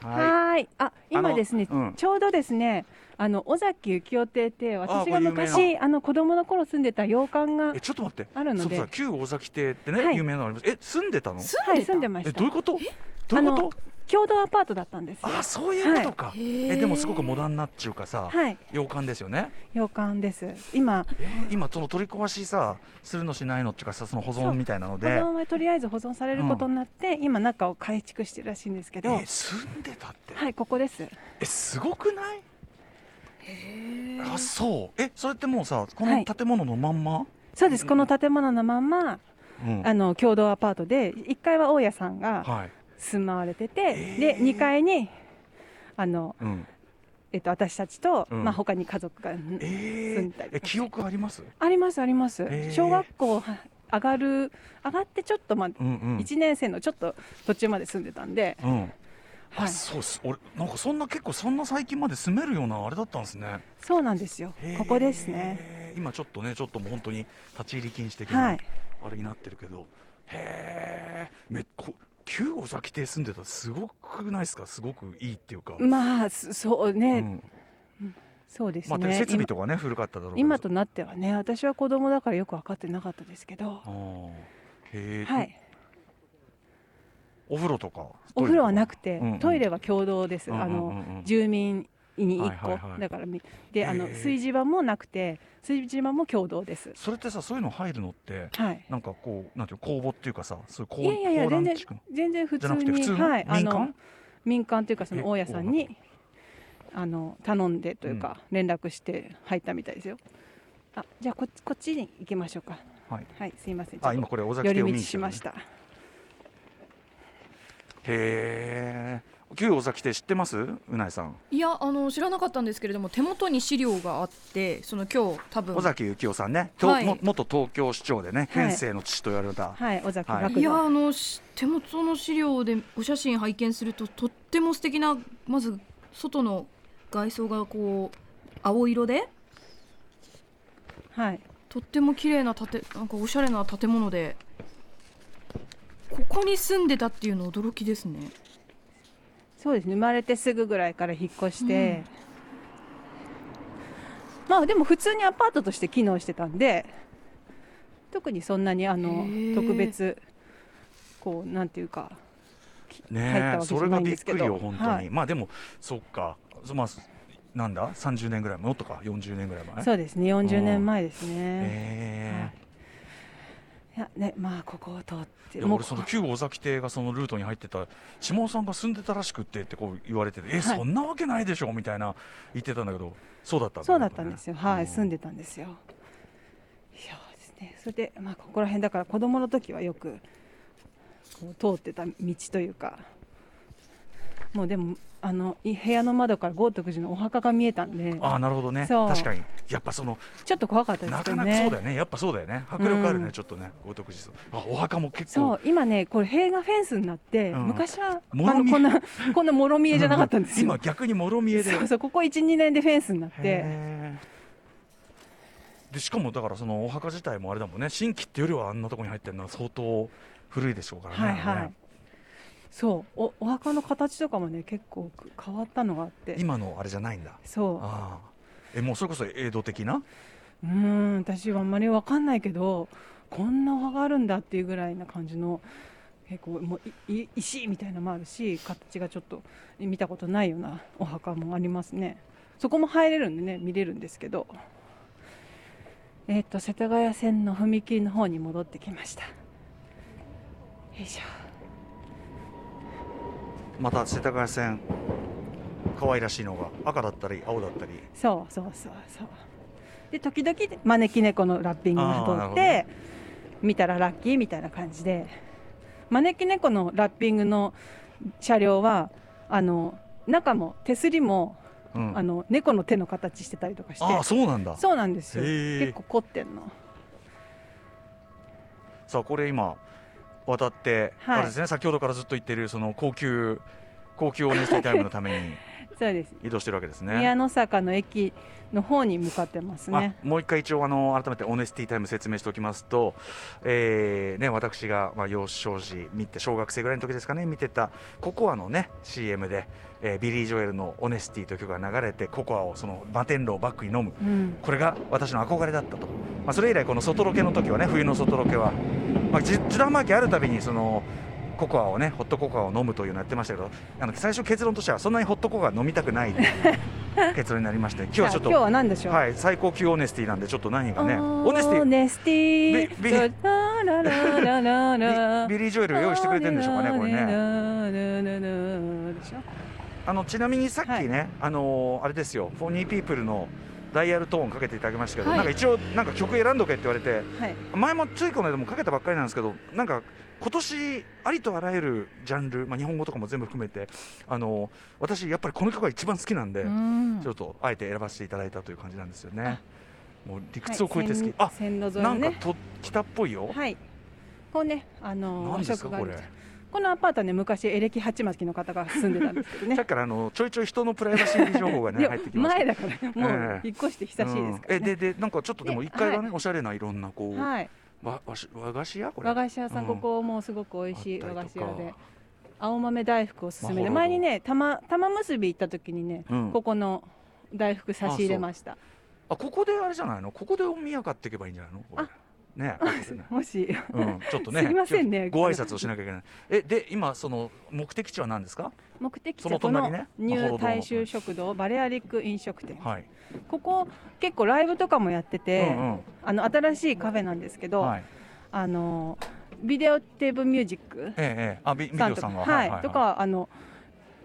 E: は
C: はい
E: ーい。あ、今ですね
C: あ。のうん
E: ちょうどですね。あの尾崎幸男邸って私
C: あご
E: が
C: 有名な
E: 昔あの子供の頃住んでた洋館が
C: えちょっと待って
E: あるの
C: そう
E: で
C: さ旧大崎邸ってね、
E: はい
C: 有名なのありますえ住んでたの
E: はい住んでま
C: えど
E: し
C: う
E: た
C: いう。ことどういうこと
E: 共同アパートだったんですよ。
C: あそういうことか、
D: へ
C: え
D: ー
C: でもすごくモダンなっちゅうかさ、
E: はい、
C: 洋館ですよね
E: 洋館です。今
C: 今その取り壊しさするのしないのっていうかさその保存みたいなの
E: 保
C: で
E: 存はとりあえず保存されることになって、今中を改築してるらしいんですけ
C: え
E: ど、
C: 住んでたって、
E: はいここです。
C: えすごくないあそうえそれってもうさこの建物のまんま、
E: そうです。この建物のまんま
C: うん
E: あの共同アパートで1階は大家さんが
C: はい、
E: 住まわれてて、
C: えー
E: で2階にあの、
C: うん、
E: えっと、私たちと、
C: うん
E: まあ、他に家族が、
C: え
E: 住ん
C: ー
E: だり、
C: え記憶あります
E: ありますあります、
C: えー
E: 小学校は上がる上がってちょっと、まあ
C: うんうん
E: 1年生のちょっと途中まで住んでたんで、
C: うんあ
E: はい、
C: そうっす俺なんかそんな結構そんな最近まで住めるようなあれだったんですね
E: そうなんですよここですね
C: へー今ちょっとねちょっともう本当に立ち入り禁止的
E: は
C: ないあれになってるけど、へえめこ旧大崎邸住んでたらすごくないですかすごくいいっていうか、
E: まあすそうね、
C: うん
E: そうです
C: まあ、
E: ね、
C: 設備
E: 今
C: とかね古かっただろうけど
E: 今となってはね私は子供だからよく分かってなかったですけど
C: あ、ーへえ、
E: はい、
C: お風呂とか
E: お風呂はなくて、
C: うんうん
E: トイレは共同です、
C: うんうんうん
E: あ
C: うん
E: の、住民に1個、
C: はいはいはい
E: だからみであ
C: へ
E: の
C: ー
E: 炊事場もなくて炊事場も共同です
C: それってさそういうの入るのって
E: はい
C: なんかこうなんていうの工房っていうかさそういう
E: い
C: こう
E: やいやいや全然
C: 地区の
E: 全然普
C: じ
E: 通
C: ゃなくて普
E: に
C: 通の
E: はいあ
C: 民
E: の
C: 間
E: 民間というかそ
C: え
E: の大家さんにあの頼んでというか、連絡して入ったみたいですよあじゃあここっちに行きましょうか
C: はい
E: はいすいません
C: あ今これ尾崎
E: 寄
C: 邸を見
E: り
C: に来
E: 道
C: て
E: し
C: るね
E: ました
C: へえ旧大崎邸知ってますうないさん
D: いやあの知らなかったんですけれども手元に資料があってその今日多分
C: 尾崎幸雄さんね、
D: はい
C: も元東京市長でね、
E: はい
C: 県政の父と言われた、
E: はい尾崎
C: はい
E: 学
D: いや
E: の
D: あのし手元の資料でお写真拝見するととっても素敵なまず外の外装がこう青色で
E: はい
D: とっても綺麗な建なんかおしゃれな建物でここに住んでたっていうの驚きですね
E: そうですね生まれてすぐぐらいから引っ越して、まあでも普通にアパートとして機能してたんで特にそんなにあ
D: へ
E: の
D: ー
E: 特別こうなんていうか入った
C: ね
E: わ
C: え
E: けじ
C: そ
E: ゃ
C: れ
E: な
C: が
E: いん
C: び
E: で
C: っ
E: すけ
C: く
E: ど
C: りよ本当に、
E: はい
C: まあでもそっかそまあなんだ30年ぐらいもっとか40年ぐらい前
E: そうですね40
C: うん
E: 年前ですね、
C: ええ
E: いやねまあここを通って
C: いや
E: もう
C: 俺その旧尾崎邸がそのルートに入ってた下尾さんが住んでたらしくってってこう言われてて、えそんなわけないでしょみたいな言ってたんだけどそうだったんだ
E: そうだったんですよ、はい、住ん
C: で
E: でたんですよ。いやですね、それで、まあ、ここら辺だから子供の時はよくこう通ってた道というかもうでもあのい部屋の窓から豪徳寺のお墓が見えたんで
C: ああなるほどね
E: そう
C: 確かにやっぱその
E: ちょっと怖かったで
C: な
E: す
C: か
E: よ
C: な
E: ね。
C: かそうだよねやっぱそうだよね迫力あるね、
E: うん
C: ちょっとね豪徳寺さんあお墓も結
E: そ
C: 構
E: う今ねこれ塀がフェンスになって、
C: うん
E: 昔はあ
C: もろ
E: の
C: みえ
E: こんなこんなもろ見えじゃなかったんですよ。
C: 今逆にもろ見えで
E: そうそうここ12年でフェンスになって
C: へーでしかもだからそのお墓自体もあれだもんね新規っていうよりはあんなとこに入ってるのは相当古いでしょうからね。
E: はいは
C: あれ
E: い
C: ね。
E: そうおお墓の形とかもね結構変わったのがあって
C: 今のあれじゃないんだ。
E: そう
C: ああえもうそれこそ江戸的な
E: うーん私はあんまりわかんないけどこんなお墓があるんだっていうぐらいな感じの結構もういい石みたいなのもあるし形がちょっと見たことないようなお墓もありますねそこも入れるんでね見れるんですけどえっ、と世田谷線の踏切の方に戻ってきましたよいし
C: また世田谷線可愛らしいのが赤だったり青だったり
E: ょそうそうそうそうで時々招き猫のラッピング
C: あーなるほ
E: が通っ
C: ど
E: て
C: ね
E: 見たらラッキーみたいな感じで招き猫のラッピングの車両はあの中も手すりも、
C: うん
E: あの猫の手の形してたりとかして
C: ああそうなんだ
E: そうなんですよ
C: へー
E: 結構凝ってんの
C: さあこれ今渡って、
E: はい
C: あれですね先ほどからずっと言ってるその高級高級オネスティタイムのために
E: そうです
C: 移動してるわけですね
E: 宮の坂の駅の方に向かってますね
C: あもう一回一応あの改めてオネスティタイム説明しておきますと、えーね、私が、まあ、幼少時見て小学生ぐらいの時ですかね見てたココアのね CM で、えービリー・ジョエルの「オネスティ」という曲が流れてココアをその摩天楼をバックに飲む
E: うん
C: これが私の憧れだったと、まあ、それ以来この外ロケの時はね冬の外ロケは、まあ、ジジュラマーキーあるたびにそのココアをねホットココアを飲むというのをやってましたけどあの最初結論としてはそんなにホットココア飲みたくないという結論になりまして今日
E: じゃ
C: は
E: あ
C: ちょっ
E: 今
C: と
E: 日は何でしょう、
C: はい、最高級オネスティなんでちょっと何がね
E: オ
C: オネスティビ
E: ネスティ
C: ビビ
E: ララララララ
C: ビリー・ジョエル用意してくれてるんでしょうかねこれね
E: ねでしょ
C: あのちなみにさっきね、あのーあれですよフォニーピープルのダイヤルトーンかけていただきましたけど、
D: はい
C: なんか一応なんか曲選んどけって言われて
E: はい
C: 前もついこの間もかけたばっかりなんですけどなんか今年ありとあらゆるジャンル、まあ、日本語とかも全部含めてあのー私やっぱりこの曲が一番好きなんで、
D: うん
C: ちょっとあえて選ばせていただいたという感じなんですよね
E: あ
C: もう理屈を超えて好き、
E: はい
C: あ
E: 線路沿い
C: な
E: の
C: んか
E: ね
C: と北っぽいよ、
E: はいこうねあの
C: 何ですか
E: 和食があ
C: こ
E: る
C: れ
E: んですよこのアパートはね昔エレキハチマキの方が住んでたんですけどね
C: さっきからあの ちょいちょい人のプライバシー情報が
E: い
C: ね
E: や
C: 入ってきました
E: 前だからも
C: え
E: う
C: え
E: 引っ越して久しいですから
C: うんえ
E: ね
C: ででなんかちょっとでも
E: で
C: 一階は
E: は
C: ねおしゃれないろんなこう、
E: はい
C: わわし和菓子屋これ
E: 和菓子屋さん
C: う
E: ここもすごく美味しい
C: あっ
E: 和
C: た
E: 菓
C: り
E: 子
C: とか
E: 屋で青豆大福おすす
C: まほ
E: め
C: ろ
E: で
C: ど
E: 前にね玉玉結び行った時にね
C: うん
E: ここの大福差し入れました
C: あここであれじゃないのここでおみや買っていけばいいんじゃないのこれ
E: あ
C: ねここでね
E: もし
C: うん、ちょっとね
E: すいませんね
C: ご挨拶をしなきゃいけないえで今その目的地は何ですか
E: 目的地
C: その
E: はこの
C: 隣ね
E: ニ
C: まほ
E: ュ
C: ろど
E: ー
C: の
E: 大衆食堂バレアリック飲食店
C: はい、
E: ここ結構ライブとかもやってて、
C: うんうん
E: あの新しいカフェなんですけど、
C: はい
E: あのビデオテープミュージック
C: ええええあビビデ
E: さん
C: オ
E: と
C: さ
E: か
C: んが
E: はいとかあの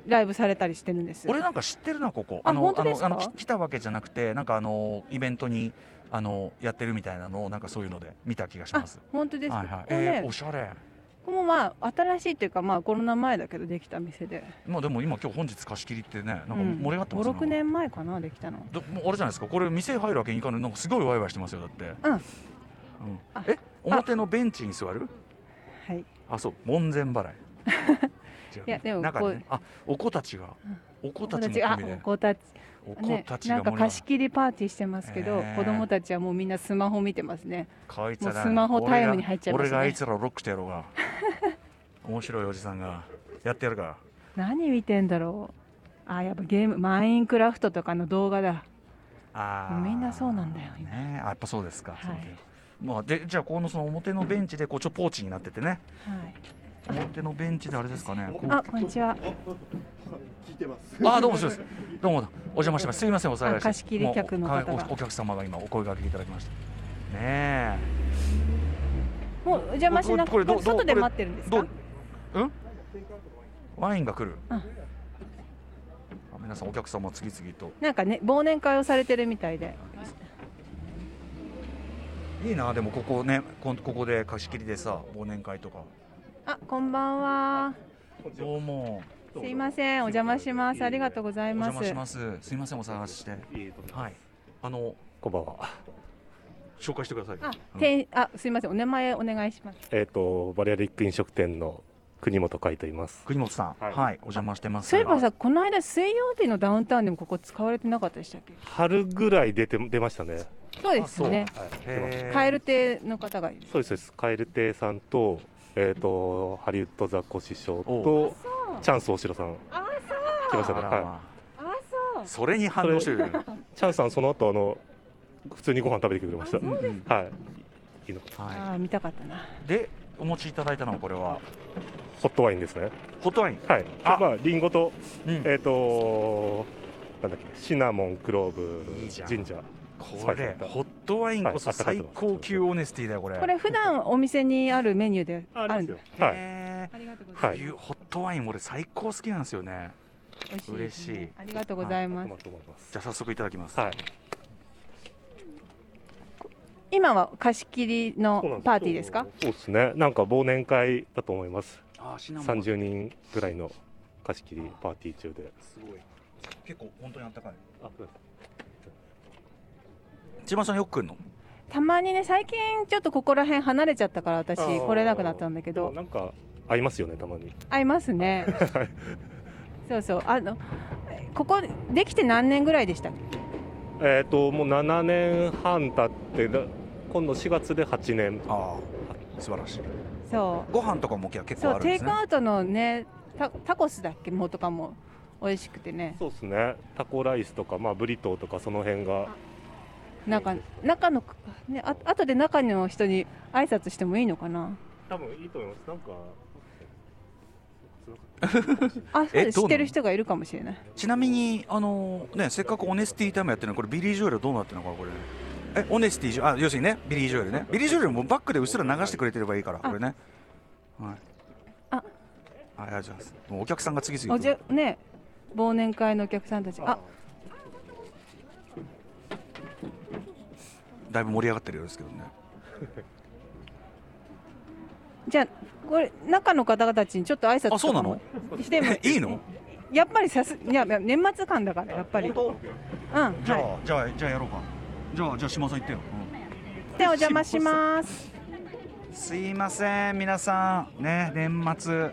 E: ライブされたりしてるんです
C: 俺なんか知ってるなここ
E: あ
C: の
E: 本当ですか
C: あのあのき来たわけじゃなくてなんかあのイベントにあのやってるみたいなのをなんかそういうので見た気がし
E: あ
C: ます
E: 本当ですか、
C: はいはい
E: ここね
C: えー、おしゃれ
E: ここもまあ新しいというかまあコロナ前だけどできた店で
C: まあでも今今日本日貸し切りってねなんか
E: うん
C: 盛り上がってますね、
E: 56年前かなできたの
C: どもうあれじゃないですかこれ店入るわけにいかないなんかすごいワイワイしてますよだって
E: うん
C: うん
E: あ
C: え表のベンチに座る
E: はい
C: あそう門前払い違う
E: いやでも
C: 中
E: こ
C: に
E: う
C: ねあお子たちが
E: うん
C: お子
E: 子
C: た
E: た
C: ち
E: ち
C: も込
E: あ
C: みで
E: お子たち
C: お子
E: ね
C: た、ち
E: な
C: が
E: んか
C: もらう
E: 貸し切りパーティーしてますけ
C: へ
E: ど、
C: ー
E: 子供たちはもうみんなスマホ見てますね。
C: こいつら
E: もうスマホタイムに入っちゃいます
C: 俺が俺
E: ね
C: があいつらをロックしてやろうが面白いおじさんがやってやるから
E: 何見てんだろう。あ、やっぱゲーム、マインクラフトとかの動画だ。
C: あー
E: みんなそうなんだよ今
C: ねあやっぱそうですか、
E: い
C: そうですまあ、でじゃあこのその表のベンチでこうちょっとポーチになっててね
E: はい。
C: 表のベンチであれですかねこう
E: あ、こんにちは。
C: あどうもそうです。どうもどうもお邪魔してます。すみませんお騒が
E: あ貸し切り客の方が
C: もうおおお客様が今お声掛けいただきました。ね
E: もうお邪魔しな
C: これ
E: く
C: どう
E: て、
C: どう
E: 外で
C: これ
E: 待ってるんです
C: え。
E: か
C: ど。う？うん？ワインが来る。
E: うん
C: あ皆さんお客様次々と
E: なんかね、忘年会をされてるみたいで。
C: いいなでもここねこここで貸し切りでさ忘年会とか
E: あ、こんばんは。
C: どうも
E: すいません、お邪魔します。ありがとうござい
C: お
E: ま
C: 邪魔
E: す
C: し。ますすいませんお騒がせしてはいあの
G: こんばんは。
C: 紹介してください
E: あ、店員、あ、すいません、お名前お願いします。
G: えっ、とバリアリック飲食店の国本海と言います。
C: 国本さんは
G: はいい
C: お邪魔してます
E: そういえばさ、この間水曜日のダウンタウンでもここ使われてなかったでしたっけ。
G: 春ぐらい出て出ましたね。
E: そうですよね。
G: はい、出まし
C: へー
E: カエル亭の方がいる。
G: たそうですそうです。カエル亭さんとえっ、とハリウッドザコシショウ
C: お
G: とチャンス大城さん
E: あ、
G: 来まし
C: あ
G: たね。
C: ら
G: は
C: まあ
E: あ、そう。
C: それに反応してる
G: い。チャンスさんその後あの普通にご飯食べてきてくれました。
C: うんうん
G: はい。いいのか
C: は
E: あー見たかったな。
C: い、でお持ちいただいたのはこれは
G: ホットワインですね。
C: ホットワイン、
G: はい。
C: あ
G: あ、まあリンゴと
C: え
G: えっ、となんだっけシナモンクローブ
C: いいじゃん
G: ジンジャー。
C: これホットワインこそ
G: はい温か
C: 最
G: いと思います
C: 高級オネスティだよこれ
E: これ普段お店にあるメニューであるんだ。
G: はい。
C: へ
E: ありがとうご
C: ー
G: はい
C: 冬ホットワイン俺最高好きなんですよね
E: ます。美味しい
C: 嬉
E: です
C: しい
E: ね。ありがとうございます
G: ま。と思います
C: じゃあ早速いただきます、
G: はい、
E: 今は貸し切り
G: そうなん
E: の
G: よ
E: パーティーですか。
G: そうですね、なんか忘年会だと思います、
C: あーシナモン
G: 30人ぐらいの貸し切りパーティー中で、
C: すごい結構本当にあったかい
G: あ
C: 千葉さんよく来るの
E: たまにね、最近ちょっとここら辺離れちゃったから、私
G: ー
E: 来れなくなったんだけ
G: で
E: ど
G: も。なんか合いますよね、たまに。
E: 合いますね。 そうそう、あの。ここできて何年ぐらいでしたっけ。
G: えっ、と、もう7年半経って、だ今度4月で8年、
C: ああ素晴らしい
E: そう。
C: ご飯とかも結構
E: そ
C: あ
E: う、
C: るん
E: テ
C: で
E: イ
C: す
E: ク
C: ね
E: アウトのね、タタコスだっけ、もとかも。美味しくてね。
G: そうですね、タコライスとか、まあ、ブリトーとか、その辺が、
E: なんか、中の、ね、あ、後で中の人に挨拶してもいいのかな。
G: 多分いいと思います、なんか、
E: あ、そう
C: え
E: です。
C: どうなの
E: 知ってる人がいるかもしれない。
C: ちなみにあのねせっかくオネスティタイムやってるのにこれビリー・ジョエルはどうなってるのかなこれえオネスティジョあ要するにねビリー・ジョエルねビリー・ジョエルもバックでうっすら流してくれてればいいからこれねはい
E: あ
C: あありがとうございますもうお客さんが次々
E: お
C: 来
E: じゃ
C: る
E: ね忘年会のお客さんたちあ
C: だいぶ盛り上がってるようですけどね
E: じゃあこれ中の方々たちにちょっと挨拶とかも
C: あそうなの
E: しても
C: いいの
E: やっぱりさすいやいや年末感だからやっぱりうん
C: じゃあ、
E: は
C: じゃあじゃあやろうかじゃあじゃあ島さん行ってよ、
E: いでお邪魔します
C: すいません皆さんね年末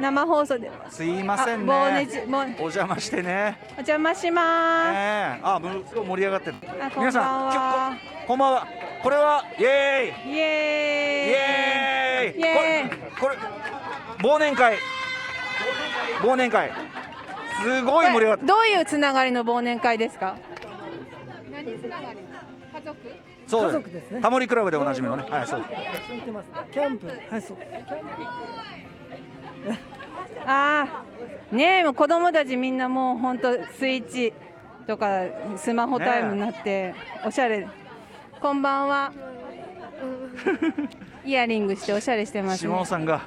E: 生放送です
C: いませんね
E: あ忘年中忘
C: お邪魔してね
E: お邪魔しま
C: ねえあもうすごい盛り上がってる
E: すあこんば
C: 皆
E: ん
C: さん
E: は
C: 今日ここんばんはこれはイエーイ
E: イ
C: イ
E: エ
C: エーイ
E: イエ
C: これこれ忘年会忘年会すごい盛り上がっ
E: ーイどういうつながりの忘年会ですか
C: たそうですタモリクラブでおなじみのねはいそうです
E: ああねえもう子供たちみんなもう本当スイッチとかスマホタイムになっておしゃれこんば んはイヤリングしておしゃれしてますね
C: 島尾さんが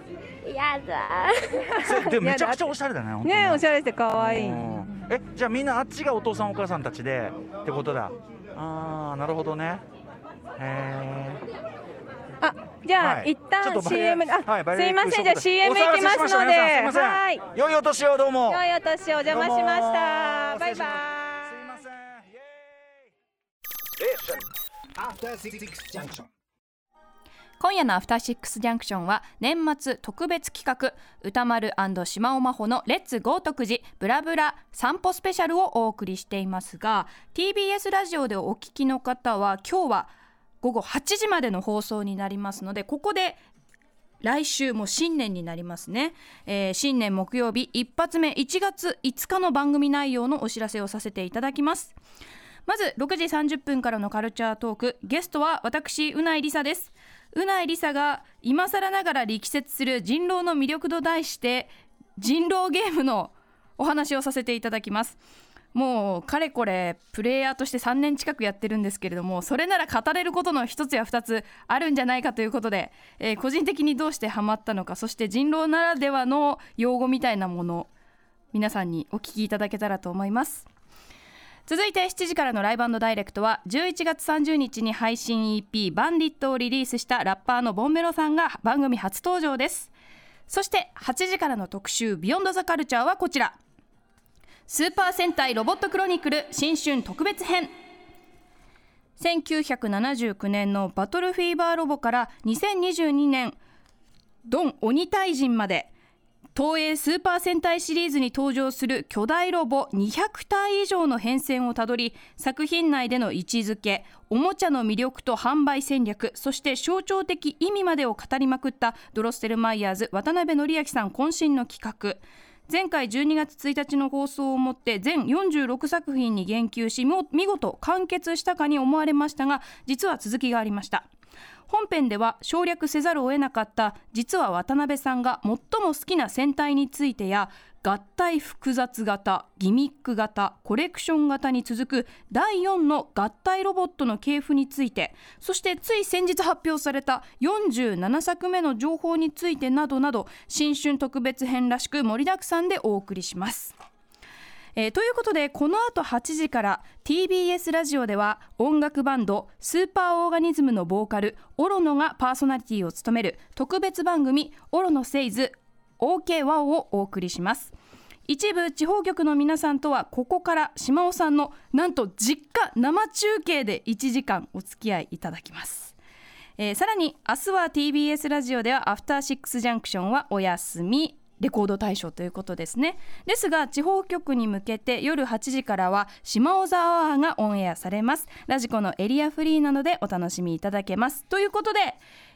H: やだ
C: そうでもめちゃくちゃおしゃれだね本当に
E: ねえおしゃれして可愛い
C: うんえじゃあみんなあっちがお父さんお母さんたちでってことだああなるほどねへえ
E: あじゃあ、
C: はい
E: 一旦
C: ちょっとバリア
E: CM であ、
C: はいバリ
E: す
C: アリッ
E: い
C: ク
E: ませんじゃ
C: ショップ
E: あ CM
C: お騒
E: 行
C: が
E: き
C: せ
E: ま
C: し
E: す
C: ました
E: ので
C: 皆さんすいません
E: はい
C: 良
E: 良
C: いお年をどうも
E: いお年をお邪魔しまし
C: どう
E: た
C: も
E: バイバ
C: すい
E: イ
C: ませんイエーイ
F: After Six Junction.
D: 今夜のアフターシックスジャンクションは年末特別企画歌丸島尾真帆のレッツゴー徳寺ブラブラ散歩スペシャルをお送りしていますが TBS ラジオでお聞きの方は今日は午後8時までの放送になりますのでここで来週もう新年になりますね、えー新年木曜日一発目1月5日の番組内容のお知らせをさせていただきますまず6時30分からのカルチャートークゲストは私うないりさですうないりさが今更ながら力説する人狼の魅力と題して人狼ゲームのお話をさせていただきますもうかれこれプレイヤーとして3年近くやってるんですけれどもそれなら語れることの一つや二つあるんじゃないかということで、えー個人的にどうしてハマったのかそして人狼ならではの用語みたいなもの皆さんにお聞きいただけたらと思います続いて7時からのライブダイレクトは11月30日に配信 EP「バンディット」をリリースしたラッパーのボンベロさんが番組初登場ですそして8時からの特集「ビヨンドザカルチャーはこちらスーパー戦隊ロボットクロニクル新春特別編1979年のバトルフィーバーロボから2022年ドン鬼退陣まで東映スーパー戦隊シリーズに登場する巨大ロボ200体以上の変遷をたどり作品内での位置づけおもちゃの魅力と販売戦略そして象徴的意味までを語りまくったドロッセルマイヤーズ渡辺則明さん渾身の企画前回12月1日の放送をもって全46作品に言及しも見事完結したかに思われましたが実は続きがありました本編では省略せざるを得なかった実は渡辺さんが最も好きな戦隊についてや合体複雑型ギミック型コレクション型に続く第4の合体ロボットの系譜についてそしてつい先日発表された47作目の情報についてなどなど新春特別編らしく盛りだくさんでお送りします。えーということでこの後8時から TBS ラジオでは音楽バンドスーパーオーガニズムのボーカルオロノがパーソナリティを務める特別番組「オロノセイズ OK ワオ」をお送りします一部地方局の皆さんとはここから島尾さんのなんと実家生中継で1時間お付き合いいただきますえーさらに明日は TBS ラジオでは「アフターシックスジャンクション」はお休みレコード大賞ということですねですが地方局に向けて夜8時からは「島尾ザアワー」がオンエアされますラジコのエリアフリーなのでお楽しみいただけますということで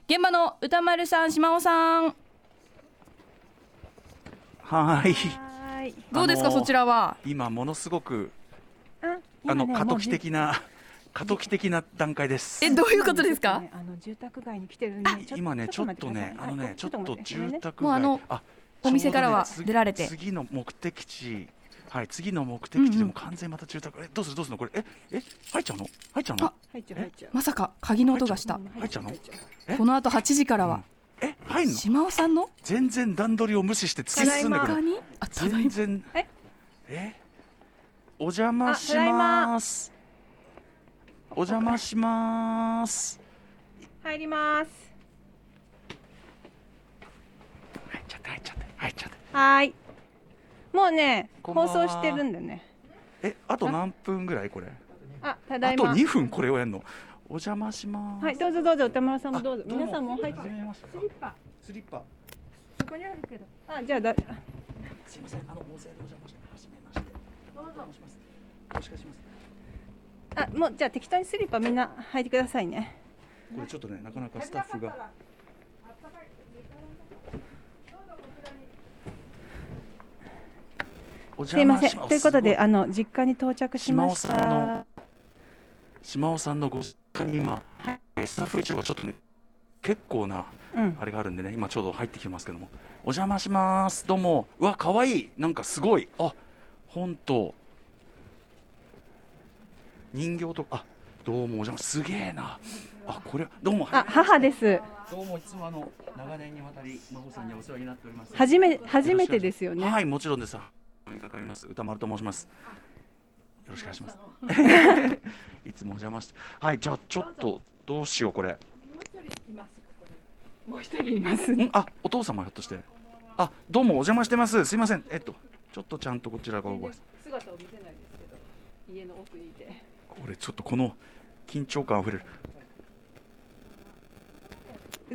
D: 現場の歌丸さん島尾さん
C: はーい
E: はい。
D: どうですか、
C: あのー
D: そちらは
C: 今ものすごく
E: あ
C: あの過渡期。的な過渡期的な段階です
D: えどういうことですか
E: 今ねあの住宅街に来てるんで。ょっと
C: 今ねちょっとねあ
E: 待
C: の
E: てくださいは
C: ね
E: い
C: ちょっと
E: 待てごめん
C: 住
E: ね
C: 宅
D: もうあ
C: 街
D: の
C: あ
D: お店からは
C: ちょうどね
D: 出られて
C: 次次の目的地はい次の目的地でも完全にまた住宅えどうするどうするのこれええ入っちゃうの入っちゃうの
E: 入っちゃう入っちゃう。
D: まさか鍵の音がした
C: 入っちゃうのえ
D: この後8時からは
C: え入んの
D: 島尾さんの
C: 全然段取りを無視して突き進んでく
D: 他
C: る
D: にあただい
C: 全
D: ま
C: 然
E: え
C: えお邪魔
E: あ
C: した
E: だいま
C: ますお邪魔します
E: 入ります。
C: 入っちゃって入っちゃって入っちゃって
E: はーい。もうね、
C: こんばん
E: 放
C: は
E: 送してるんでね。
C: えあと何分ぐらいこれ
E: あ、ただ
C: あ
E: い
C: と
E: ま。
C: 2分これをやるのお邪魔します
E: はい、どうぞどうぞ、歌丸さんもどうぞ。
C: うも
E: 皆さんも入って。
C: めまして
E: スリッパ。
C: スリッパ
E: ここにあるけど。あ、じゃあだ。
C: すいませんあの大勢でお邪魔しますめましてしますもしかします
E: あ、もうじゃあ適当にスリッパみんな履いてくださいね。
C: これちょっとねなかなかスタッフがお
E: すい
C: 邪
E: ま
C: 魔
E: せん。
C: します
E: ということで、あの実家に到着しまし
C: 島尾さんあ
E: た
C: の。島尾さんのご実家に今、えスタッフ一応がちょっとね結構な
E: うん
C: あれがあるんでね今ちょうど入ってきてますけどもお邪魔しますどうもうわ可愛いなんかすごいあ本と人形とあどうもお邪魔すげえなあこれはどうも
E: あ、母です。
C: どうもいつもあの長年にわたり真帆さんにお世話になっております
E: 初め初めてですよね。
C: はいもちろんですお目にかかります歌丸と申しますよろしくお願いします いつもお邪魔してはいじゃあちょっとどうしようこれもう一人いますあお父様ひょっとしてあどうもお邪魔してますすいませんえっとちょっとちゃんとこちらが覚え
E: 姿を見せないですけど、家の奥にいて。
C: これちょっとこの緊張感あふれる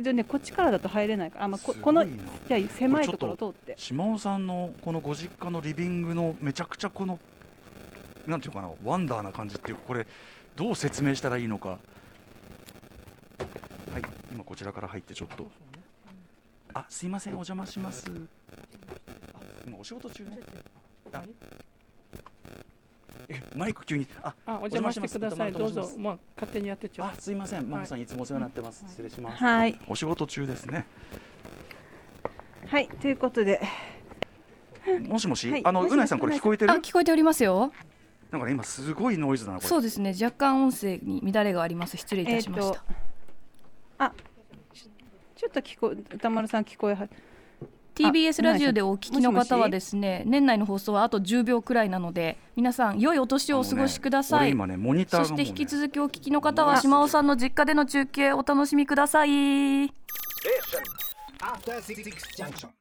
E: でねこっちからだと入れないからあ、まあ、こ
C: すご
E: こ
C: いな
E: のいや狭いところを通って
C: 島尾さんのこのご実家のリビングのめちゃくちゃこのなんていうのかなワンダーな感じっていうかこれどう説明したらいいのかはい今こちらから入ってちょっとあすいませんお邪魔しますあ今お仕事中ねあえマイク急にあ
H: あ、お邪魔して
C: お邪魔します
H: ください。
C: ど
H: ど
C: う
H: う
C: ぞ
H: ぞ、まあ、勝手にやってちゃう
C: あ。すいませんマモさんいつもお世話になってます、失礼します
E: はい
C: お仕事中ですね
E: はいということで
C: もしもし、
E: はい
C: あの
E: もしもし
C: うないさんこれ聞こえてる
D: あ聞こえておりますよ
C: なんかね今すごいノイズだなこれ
D: そうですね若干音声に乱れがあります失礼いたしました、
E: あちょっと聞こ歌丸さん聞こえは
D: TBS
E: あ
D: ラジオでお聞きの
E: もし
D: 方
E: もし
D: はですね年内の放送はあと10秒くらいなので皆さん良いお年をお過ごしください、
C: あのね俺今ねモニターがも
D: そし
C: う
D: て
C: ね
D: 引き続きお聞きの方は島尾さんの実家での中継お楽しみください
F: After Six Junction.